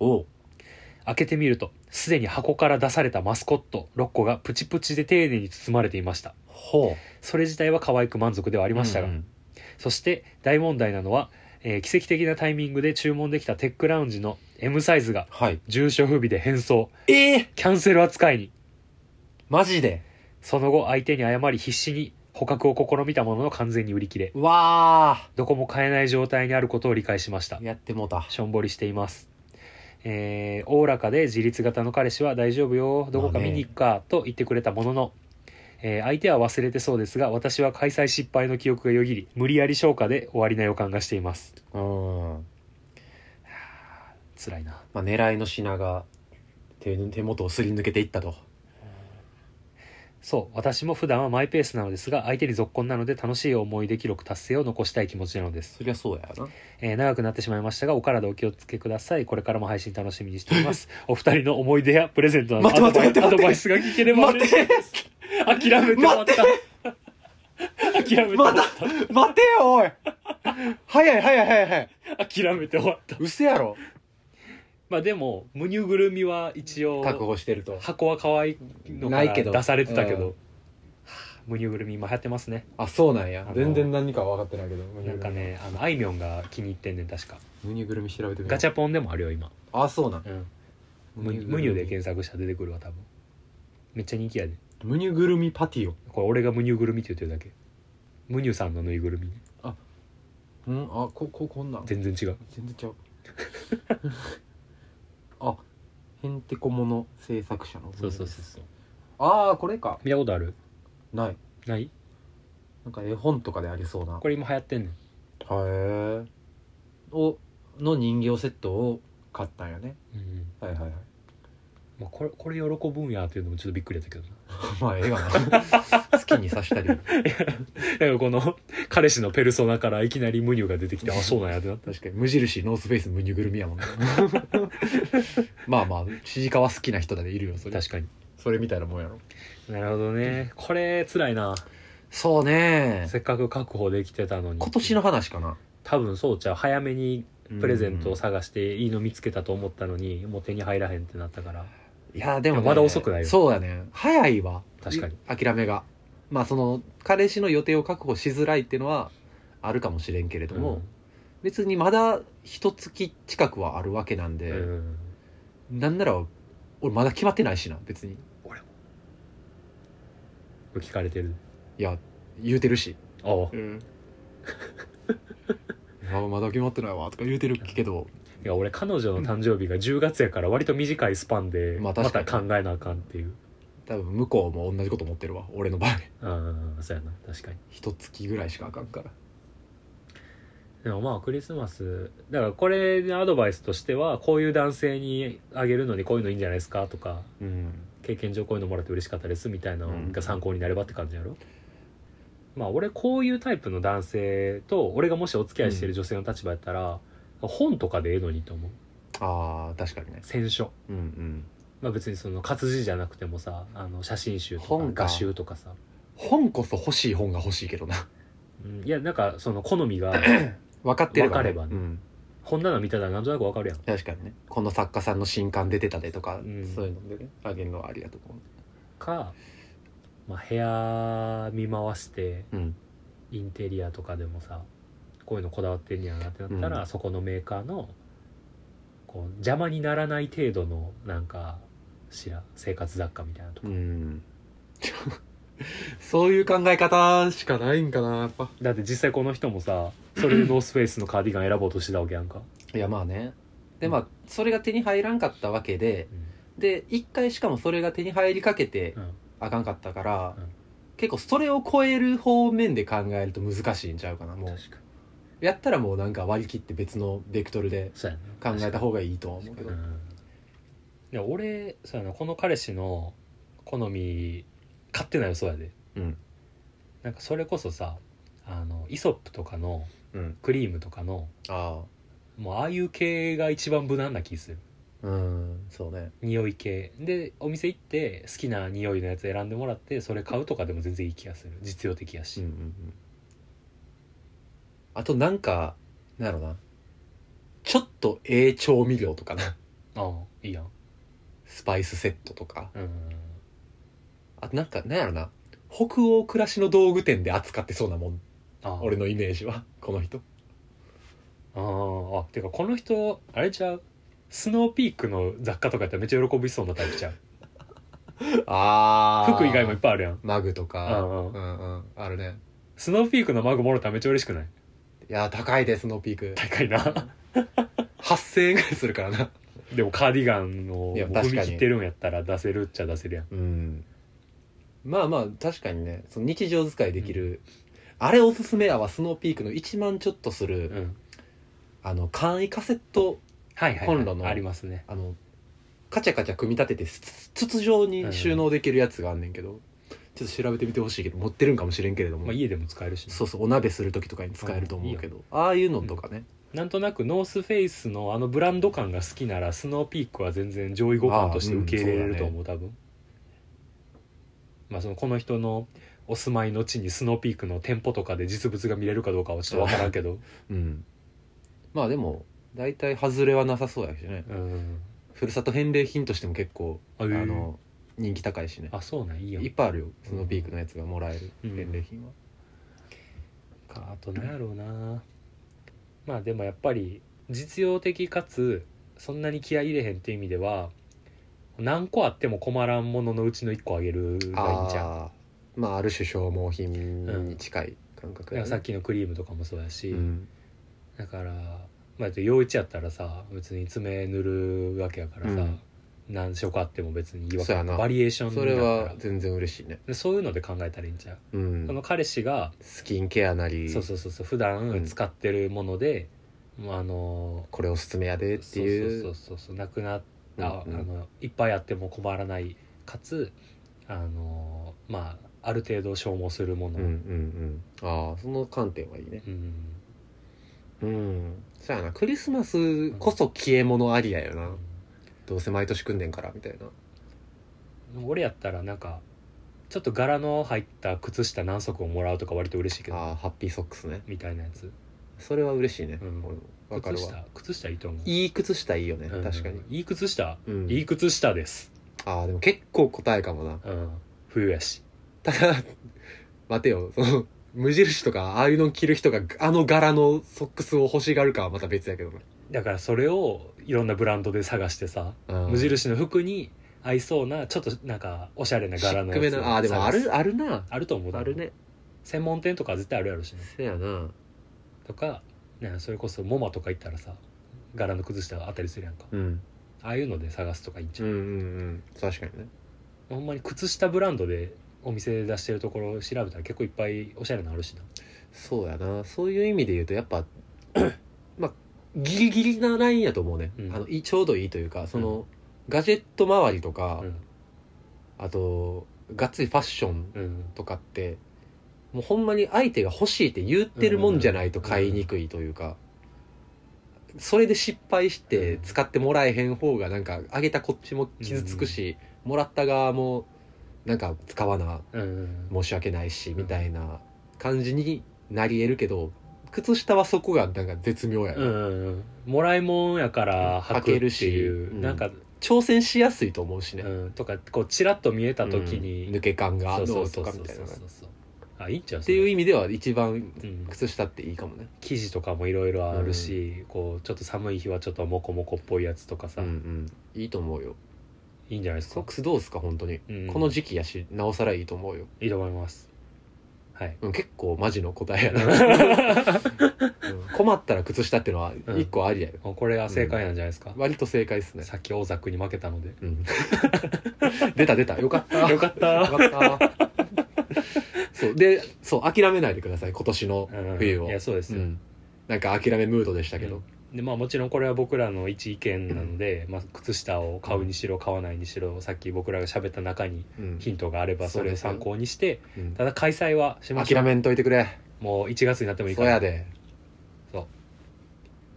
おう
開けてみるとすでに箱から出されたマスコット6個がプチプチで丁寧に包まれていました
ほう
それ自体は可愛く満足ではありましたが、
うん
そして大問題なのは、えー奇跡的なタイミングで注文できたテックラウンジの M サイズが
はい
住所不備で変装
ええ
キャンセル扱いに
マジで
その後相手に謝り必死に捕獲を試みたものの完全に売り切れ
わ
どこも買えない状態にあることを理解しました
ーやってもうた
しょんぼりしていますえーおおらかで自立型の彼氏は大丈夫よどこか見に行くかと言ってくれたものの、えー相手は忘れてそうですが私は開催失敗の記憶がよぎり無理やり消化で終わりな予感がしています
うん
辛いな
まあ、狙いの品が手手元をすり抜けていったと
そう私も普段はマイペースなのですが相手に続婚なので楽しい思い出記録達成を残したい気持ちなのです、
そりゃそうやよな
えー長くなってしまいましたがお体お気をつけくださいこれからも配信楽しみにしています お二人の思い出やプレゼントなど
待
アド
って
バイ
待って待って
アドバイスが聞ければ嬉しいです 諦めて終わった諦めて終わっ
待てよおい 早い早い早い早い
た諦めて終わった
嘘やろ
まあでも無乳ぐるみは一応
確保してると
箱は可愛いのか
ない
ら
けど
出されてたけど、
うん
はあ無乳ぐるみ今流行ってますね
あそうなんや
あの
全然何かは分かってないけど
なんかねあのあいみょんが気に入ってんねん確か
ムニュぐるみ調べてみよう
ガチャポンでもあるよ今、
あそうなん
うん、無
ムニュ
乳で検索したら出てくるわ多分めっちゃ人気やで
ムニュぐるみパティオ
これ俺が無乳ぐるみって言ってるだけ無乳さんのぬいぐるみ
うんあこここんなん
全然違う
全然ちゃう あへんてこもの制作者の
そう
ああこれか
見たことある
ない
ない
なんか絵本とかでありそうな
これ今流行ってんねん
へえをの人形セットを買ったんよね
うん、
はいはいはい
まあ、これこれ喜ぶんやっていうのもちょっとびっくりやったけどな
まあ 絵がな好きにさしたり
なんかこの彼氏のペルソナからいきなり無乳が出てきてあそうなんやってなった
確かに無印ノースフェイスムニュぐるみ やもんねまあまあちじかわ好きな人だねいるよそれ
確かに
それみたいなもんやろ
なるほどねこれ辛いな
そうね
せっかく確保できてたのに
今年の話かな
多分そうちゃう早めにプレゼントを探していいの見つけたと思ったのにもう手に入らへんってなったから
いやでも、
いやまだ遅くないよ
そうやね早いわ
確かに
諦めがまあその彼氏の予定を確保しづらいっていうのはあるかもしれんけれども、別にまだ一月近くはあるわけなん
う
で、
んうん
なんなら俺まだ決まってないしな別に
聞かれてる
いや言うてるし、
ああ
あまだ決まってないわとか言うてるけど
いや俺彼女の誕生日が10月やから割と短いスパンで
ま
ま
あ確か
た
に
考えなあかんっていう
多分向こうも同じこと思ってるわ俺の場合
うんそうやな確かに
一月ぐらいしかあかんから
でもまあクリスマスだからこれのアドバイスとしてはこういう男性にあげるのにこういうのいいんじゃないですかとか
うん
経験上こういうのもらって嬉しかったですみたいな
う
の
ん
が参考になればって感じやろ、まあ俺こういうタイプの男性と俺がもしお付き合いしてる女性の立場やったら、本とかでええのにと思う
ああ確かにね
選書
うんうん
まあ別にその活字じゃなくてもさあの写真集と
本
か画
か
集とかさ
本こそ欲しい本が欲しいけどな
うんいやなんかその好み が
分かってれば、
分かればね
うん、
本棚見たらなんとなくわかるやん
確かにねこの作家さんの新刊出てたでとか、
うん
そういうのでねあげるのはありがとう
か、まあ、部屋見回して
うん
インテリアとかでもさこういうのこだわってんやなってなったら、
うん
そこのメーカーのこう邪魔にならない程度のなんかしら生活雑貨みたいなとこ、
ん そういう考え方しかないんかなやっぱ
だって実際この人もさそれでノースフェイスのカーディガン選ぼうとしてたわけやんか、
いやまあねでまあそれが手に入らんかったわけで
うん
で一回しかもそれが手に入りかけて
うん
あかんかったから、
うん
結構それを超える方面で考えると難しいんちゃうかなもう
確かに
やったらもうなんか割り切って別のベクトルで
そうや
考
な
えた方がいいとは思うけど
うんいや俺そうやなこの彼氏の好み勝手な予想やで
うん
なんかそれこそさあのイソップとかの
うん
クリームとかの
あ
もうああいう系が一番無難な気する
あうんそうね
匂い系でお店行って好きな匂いのやつ選んでもらってそれ買うとかでも全然いい気がする実用的やし、
うんうんうんあとなんかなんやろなちょっとええ調味料とかな
ああいいやん
スパイスセットとか
うん
あとなんかなんやろな北欧暮らしの道具店で扱ってそうなもん
ああ
俺のイメージはこの人
あああてかこの人あれちゃうスノーピークの雑貨とかやったらめっちゃ喜びそうなタイプちゃう
ああ
服以外もいっぱいあるやん
マグとか
うんうん
うんあるね
スノーピークのマグもろたらめっちゃ嬉しくない
いやー高いですノーピーク
高いな
8000円ぐらいするからな
でもカーディガンを
いや
踏
確
み
かに
切ってるんやったら出せるっちゃ出せるやん
うんまあまあ確かにねその日常使いできる、あれおすすめやわスノーピークの1万ちょっとする、
うん
あの簡易カセット
はいはい、はい、
コンロの
ありますね
あのカチャカチャ組み立ててつ筒状に収納できるやつがあんねんけど、ちょっと調べてみてほしいけど持ってるんかもしれんけれども、
まあ、家でも使えるしね、
そうそうお鍋する時とかに使えると思うけど、ああいうのとかね、
なんとなくノースフェイスのあのブランド感が好きならスノーピークは全然上位互換として受け入れれると思う多分まあそのこの人のお住まいの地にスノーピークの店舗とかで実物が見れるかどうかはちょっと分からんけど
うんまあでも大体外れはなさそうやしね
うん
ふるさと返礼品としても結構
あ,、
あ
の
の人気高いしね
あそうなんいいやん
いっぱいあるよスノーピークのやつがもらえる
うん
返礼品は、
かあとなんやろうなまあでもやっぱり実用的かつそんなに気合い入れへんっていう意味では何個あっても困らんもののうちの1個あげるがいいんじゃん
あーまあある種消耗品に近い感覚
だからさっきのクリームとかもそうやし、
うん
だからまあ陽一やったらさ別に爪塗るわけやからさ、
うん
何色あっても別にいいわけ
そうやな
バリエーション
そ
だ
れ
から
は全然嬉しいね、
でそういうので考えたらいいんちゃう、
う
その
ん、
彼氏が
スキンケアなり
そうそうそうそう普
う
段
ん
使ってるもので、まああの
これおすすめやでっていう
そうそうそうそうなくなった、あ
うんうん
のいっぱいあっても困らないかつあのまあある程度消耗するもの、
うんうんうんああその観点はいいね
うん
うんそうやなクリスマスこそ消え物ありやよな、どうせ毎年組んでんからみたいな
俺やったらなんかちょっと柄の入った靴下何足をもらうとか割と嬉しいけど
ああハッピーソックスね
みたいなやつ
それは嬉しいね、
うん
俺もわか
靴
るわ
下靴下いいと思うい、
いい靴下いいよね、
うん
確かに、
いい靴下、
うん、
いい靴下です、
ああでも結構答えかもな
うん、冬やした
だ 待てよその無印とかああいうの着る人があの柄のソックスを欲しがるかはまた別やけどな
だからそれをいろんなブランドで探してさ、
うん
無印の服に合いそうなちょっとなんかおしゃれな
シ
柄の
ック
や
め
つ
なああでもあ
探す
るあるな
あると思う
あるね
専門店とかは絶対あるやろしね
せやな
とかねそれこそモマとか行ったらさ柄の靴下あったりするやんか
うん
ああいうので探すとかいいんち
う
ゃ
んう
うん
うん確かにね
ほんまに靴下ブランドでお店で出してるところを調べたら結構いっぱいおしゃれなのあるしな
そうやなそういう意味で言うとやっぱ まあギリギリなラインやと思うね、
うん
あのいちょうどいいというかその、ガジェット周りとか、
うん
あとがっつりファッション
うん
とかってもうほんまに相手が欲しいって言ってるもんじゃないと買いにくいというか、それで失敗して使ってもらえへん方がなんかあげたこっちも傷つくし、もらった側もなんか使わな
うん
申し訳ないしみたいな感じになり得るけど靴下はそこがなんか絶妙やな、
うんもらいもんやから履くっていう、
履けるしうん
なんか、
挑戦しやすいと思うし
う
ね、
ん、とかこうチラッと見えた時に、
抜け感が
そう
ど
そう
う
そ
と
う
か
そう
みたいな
そう
ね
そうあいいんちゃう
っていう
意
意味では一番
味、うん、
靴下っていいかもね
生地とかもいろいろあるし、こうちょっと寒い日はちょっとモコモコっぽいやつとか
う
さ、
んうんいいと思うよ
いいんじゃないです
ソ
か
ックスどうすか本当に、
うん
この時期やしなおさらいいと思うよ、
いいと思いますはい
うん、結構マジの答えやな、 うん困ったら靴下ってのは一個ありやよ、
もうこれは正解なんじゃないですか、
割と正解ですね、
さっき大ザックに負けたので
うん、 出た出たよかった
よかった
よかったそうでそう諦めないでください今年の冬を、
うんいやそうです
う
よ、
ん、なんか諦めムードでしたけど、
でまあ、もちろんこれは僕らの一意見なので、まあ、靴下を買うにしろ買わないにしろさっき僕らが喋った中に
うん
ヒントがあれば
そ
そうれ
で
を
すよ
参考にして
うん
ただ開催はしましょ
諦
う
めんといてくれ
もう1月になってもいい
そ
か
うや
ら
で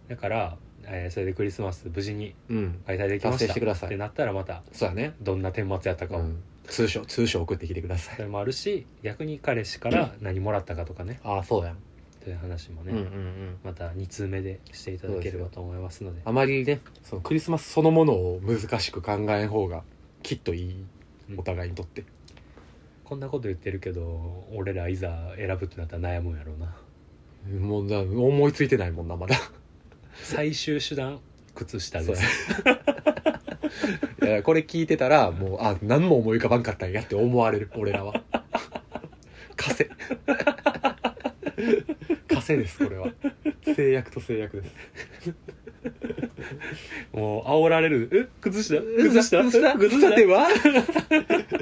だから、えーそれでクリスマス無事に
うん
開催できま
達
し
成
た
してください
ってなったらまた
そうやね、
どんな顛末やったか
う
を、
ん、通称通称送ってきてください
それもあるし逆に彼氏から何もらったかとかね
ああそうやん、
という話もね、
うんうんうん
また2通目でしていただければと思いますので
あまりねそのクリスマスそのものを難しく考えん方がきっといい
うん
お互いにとって、
こんなこと言ってるけど俺らいざ選ぶってなったら悩むんやろうな
もうな思いついてないもんなまだ
最終手段靴下
そう
で
や
す
いやこれ聞いてたらもうあ何も思い浮かばんかったんやって思われる俺らは 枷 枷ですこれは制約と制約です
もう煽られるえ靴下靴下
靴下
靴
靴
下
下
っていい
では、
んじゃ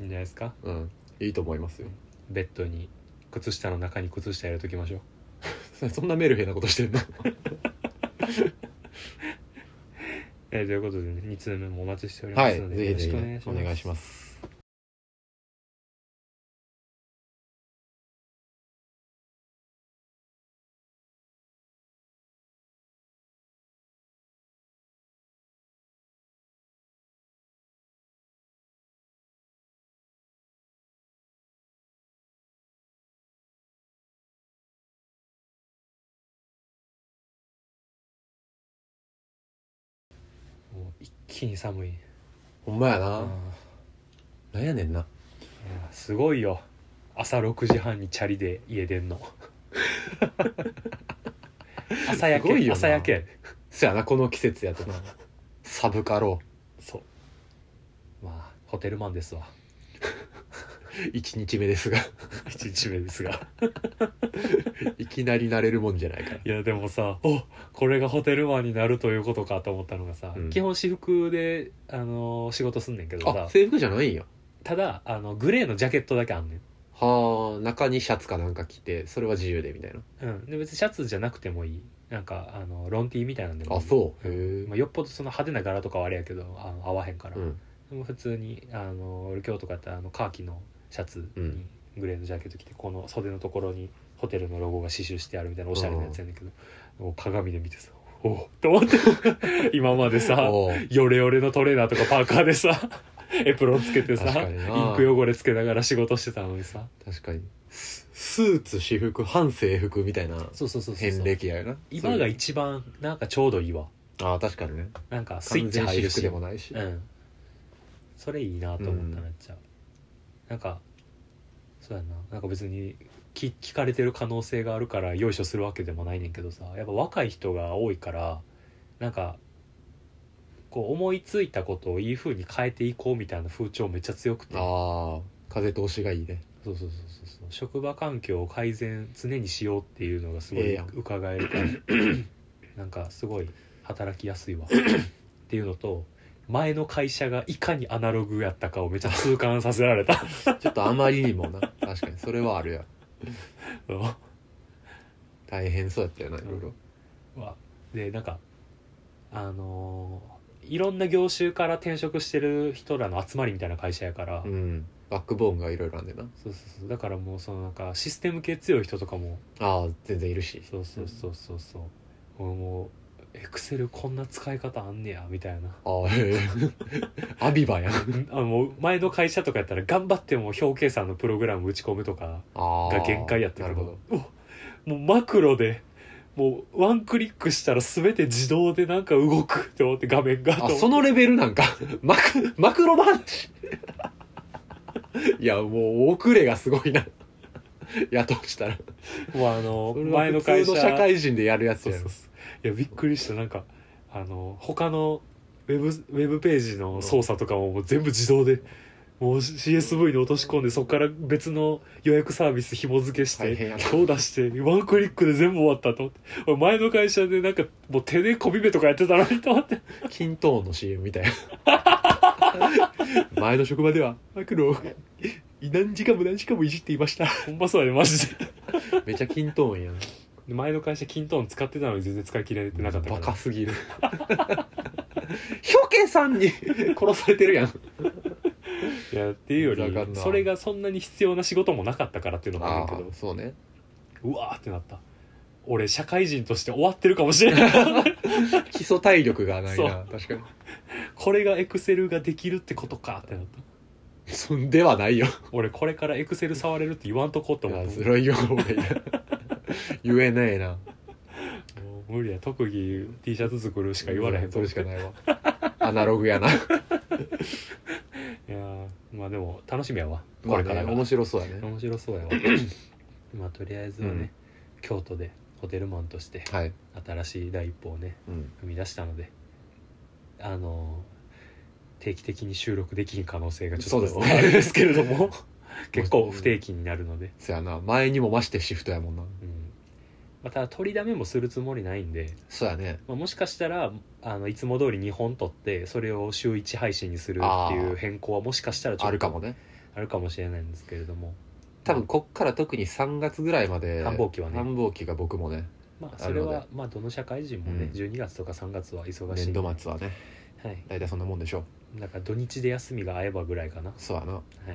ないですか
うん、いいと思いますよ
ベッドに靴下の中に靴下入れときましょう
そんなメルヘンなことしてんの
えーということでね2通目もお待ちしておりま
はい
すので、
ぜ
よろ
ひ
しくお
ぜ
願い
ひ
し
お
ます
願いします
もう一気に寒いい
ほんまやな、
や
なんやねんな
すごいよ朝6時半にチャリで家出ん の朝焼
すごい
け
よな
朝焼け
そやなこの季節やとな寒かろ
そうまあホテルマンですわ
う1日目ですが
1日目ですが
いきなり慣れるもんじゃないから
いやでもさおこれがホテルマンになるということかと思ったのがさ、
うん
基本私服で、あのー仕事すんねんけど
あ
さ
制服じゃないんや
ただあのグレーのジャケットだけあんねん
はあ中にシャツかなんか着てそれは自由でみたいな
うん、で別にシャツじゃなくてもいいなんかあのロンティーみたいなんでもいい
あそうへえ
まあ、よっぽどその派手な柄とかはあれやけどあの合わへんから、
うん
でも普通にあの俺今日とかやってあのカーキのシャツ
う
に
ん
グレーのジャケット着てこの袖のところにホテルのロゴが刺繍してあるみたいなおしゃれなやつやねんけど、もう鏡で見てさ「おお!」と思って 今まで さ
おう
ヨレヨレのトレーナーとかパーカーでさ エプロンつけてさ
確か
イ
にな
ンク汚れつけながら仕事してたのにさ
確かにススーツ私服半制服みたいな
そうそうそうそう
遍歴やよな
今が一番なんかちょうどいいわ
ああ確かにね
なんかスイ
完
ッチ
全
入
私
る
服
し
でもないし、
うん、それいいなと思ったな
う
っちゃう、なんかそうやななんか別に聞聞かれてる可能性があるからよいしょするわけでもないねんけどさやっぱ若い人が多いからなんかこう思いついたことをいい風に変えていこうみたいな風潮めっちゃ強くて
ああ風通しがいいね
そうそうそうそうそう職場環境を改善常にしようっていうのがすご
ええ
い
やん
伺えるからなんかすごい働きやすいわっていうのと前の会社がいかにアナログやったかをめっちゃ痛感させられた
ちょっとあまりにもな 確かにそれはあるや
うん
大変そうやったよないろいろ
わでなんかあのーいろんな業種から転職してる人らの集まりみたいな会社やから、
うんバックボーンがいろいろあんでな
そうそうそうだからもうそのなんかシステム系強い人とかも
ああ全然いるし
そうそうそうそうそう俺もエクセルこんな使い方あんねやみたいな
ああへえ アビバやん
あの前の会社とかやったら頑張っても表計算のプログラム打ち込むとか
ああ
が限界やった
な
け
るほ
ど
ど
うわもうマクロでもうワンクリックしたら全て自動でなんか動くって思って画面がと
あ
思 って
そのレベルなんかマクマクロマンいやもう遅れがすごいな雇うしたら
もうあの
それは
前の会社
普通の社会人でやるやつ
そう
や
そう
ろ
そういやびっくりしたなんかあの他のウェブウェブページの操作とかももう全部自動でもう CSV に落とし込んでそこから別の予約サービス紐付けし
大変や
て
な
今日出してワンクリックで全部終わったと思って俺前の会社でなんかもう手でコビ目とかやってたのにと思って
均等の CM みたいな 前の職場ではマクロを何時間も何時間もいじっていました
ほんまそうやねマジで
めちゃ均等やな
で前の会社キントーン使ってたのに全然使い切られてなかったか
バ
ら
カすぎるヒョケさんに 殺されてるやん
いやっていうよ
ふざかん
り
な
それがそんなに必要な仕事もなかったからっていうのもあるけど
そうね
うわーってなった俺社会人として終わってるかもしれない
基礎体力がない
そ
な確かに
これがエクセルができるってことかってなった
そんではないよ
俺これからエクセル触れるって言わんとこうと思っ
あ
て
ずるいよ俺言えないな
もう無理や特技 T シャツ作るしか言われへんと
そ
思
れ
っ
してかないわアナログやな
いやーまあでも楽しみやわ こ
こ
れ
れ
か
からら
が、
面白そうやね
面白そうやわまあとりあえずはね、
うん
京都でホテルマンとして
はい、
新しい第一歩をね
うん、
踏み出したのであの定期的に収録できひん可能性がちょっと
そうですね
あれですけれど も結構不定期になるので、
そやな前にも増してシフトやもんな
うんまあ、ただ取りだめもするつもりないんで、
そうやね
まあ、もしかしたらあのいつも通り2本取ってそれを週1配信にするってい
あ
う
ー
変更はもしかしたらちょっと
あるかもね
あるかもしれないんですけれども
多分こっから特に3月ぐらいまで
繁忙期はね
繁忙期が僕もね
まあ
あ
それ
るので
はまあどの社会人もね、
うん
12月とか3月は忙しい
年度末はね
はい、
大体そんなもんでしょう
だから土日で休みが合えばぐらいかな
そうやな
はい、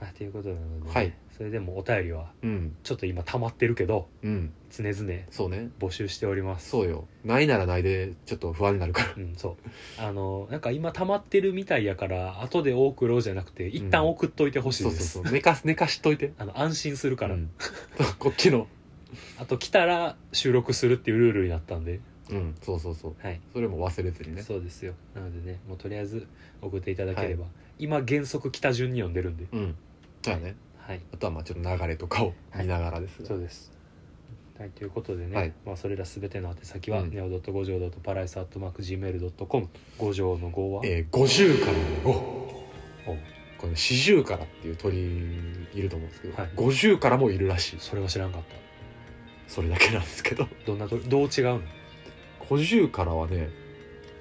まあ、ということなので、
はい
それでもお便りは
うん
ちょっと今溜まってるけど
うん
常々
そうね
募集しております
そうよないならないでちょっと不安になるから
うん、そうあのなんか今溜まってるみたいやから後で送ろうじゃなくて一旦送っといてほしい
そう
で
そ
す、
うそう寝かす寝かしといて
あの安心するから、
うん こっちの
あと来たら収録するっていうルールになったんで
うんそうそうそう
はい、
それも忘れずにね
そうですよなのでねもうとりあえず送っていただければ、今原則北順に読んでるんで
うんそうやね
はい
あとはまあちょっと流れとかを見ながらですね
そうです。はい、ということでね、
はい
まあ、それらすべての宛先は、
うん
ネオドット五条ドットパライスアットマーク Gmail.com 五条の五は、
えー、50からの5
お
この四十からっていう鳥いると思うんですけど、
はい
五十からもいるらしい
それは知らんかっ
それだけなんですけど
たどんなとどう違うの
五十からはね、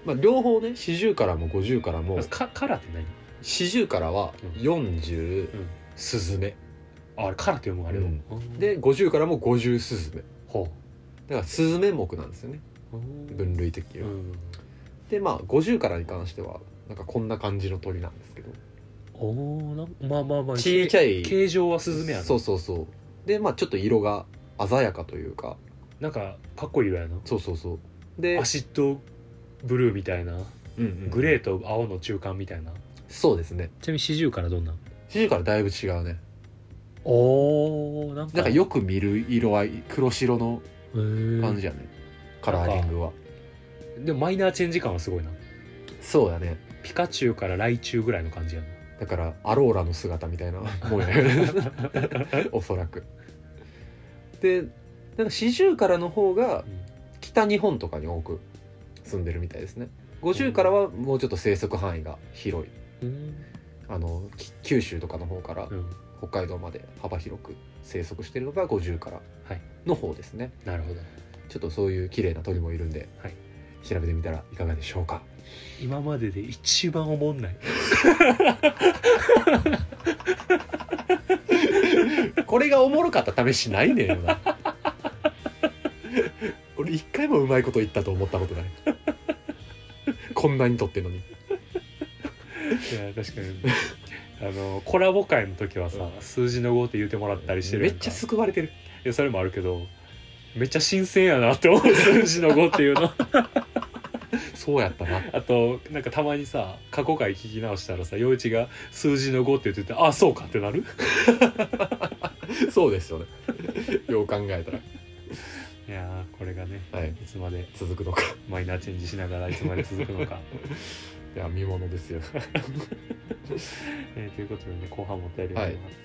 まあ、両方ね四十からも五十からも
まずかカラって何
四十からは四十
うん
スズメ
ああれカラって読むあれを、
うん
うん
で五十からも五十スズメ
ほ
だからスズメ目なんですよね
ううん
分類的に
う
は、
ん
でまあ50からに関してはなんかこんな感じの鳥なんですけど
おーなんまあまあまあ
ちっちゃい
形状はスズメやな
そうそうそうでまあちょっと色が鮮やかというか
なんかかっこいい色やな
そうそうそうで
アシッドブルーみたいな
うんうん
グレーと青の中間みたいな、
そうですね
ちなみに四十からどんな
四十からだいぶ違うね
おーなんか
なんかよく見る色合い黒白の
感
感じやね、カラーリングは
でもマイナーチェンジ感はすごいな
そうだね
ピカチュウからライチュウぐらいの感じやな
だからアローラの姿みたい なもんやねおそらくでなんか四十からの方が北日本とかに多く住んでるみたいですね50からはもうちょっと生息範囲が広い
うん、
あのき九州とかの方から
うん、
北海道まで幅広く生息してるのが50から
はい
の方ですね、
なるほど
ちょっとそういう綺麗な鳥もいるんで、
はい
調べてみたらいかがでし ょうか
今までで一番おもんない
これがおもろかった試しないねんよ な俺一回もうまいこと言ったと思ったことないこんなに撮ってんのに
いや確かにあのコラボ会の時はさ、
うん
数字の5って言ってもらったりしてる
め
やん
っ
か
ちゃ救われてる
いやそれもあるけどめっちゃ新鮮やなって思う数字の5っていう の
そうやったな
あとなんかたまにさ過去回聞き直したらさ陽一が「数字の5」って言ってて「あそうか」ってなる
そうですよね よう考えたら
いやーこれがね
はい
いつまで
続くのか
マイナーチェンジしながらいつまで続くのかいや見ものですよ、えーということでね後半もお便りをります、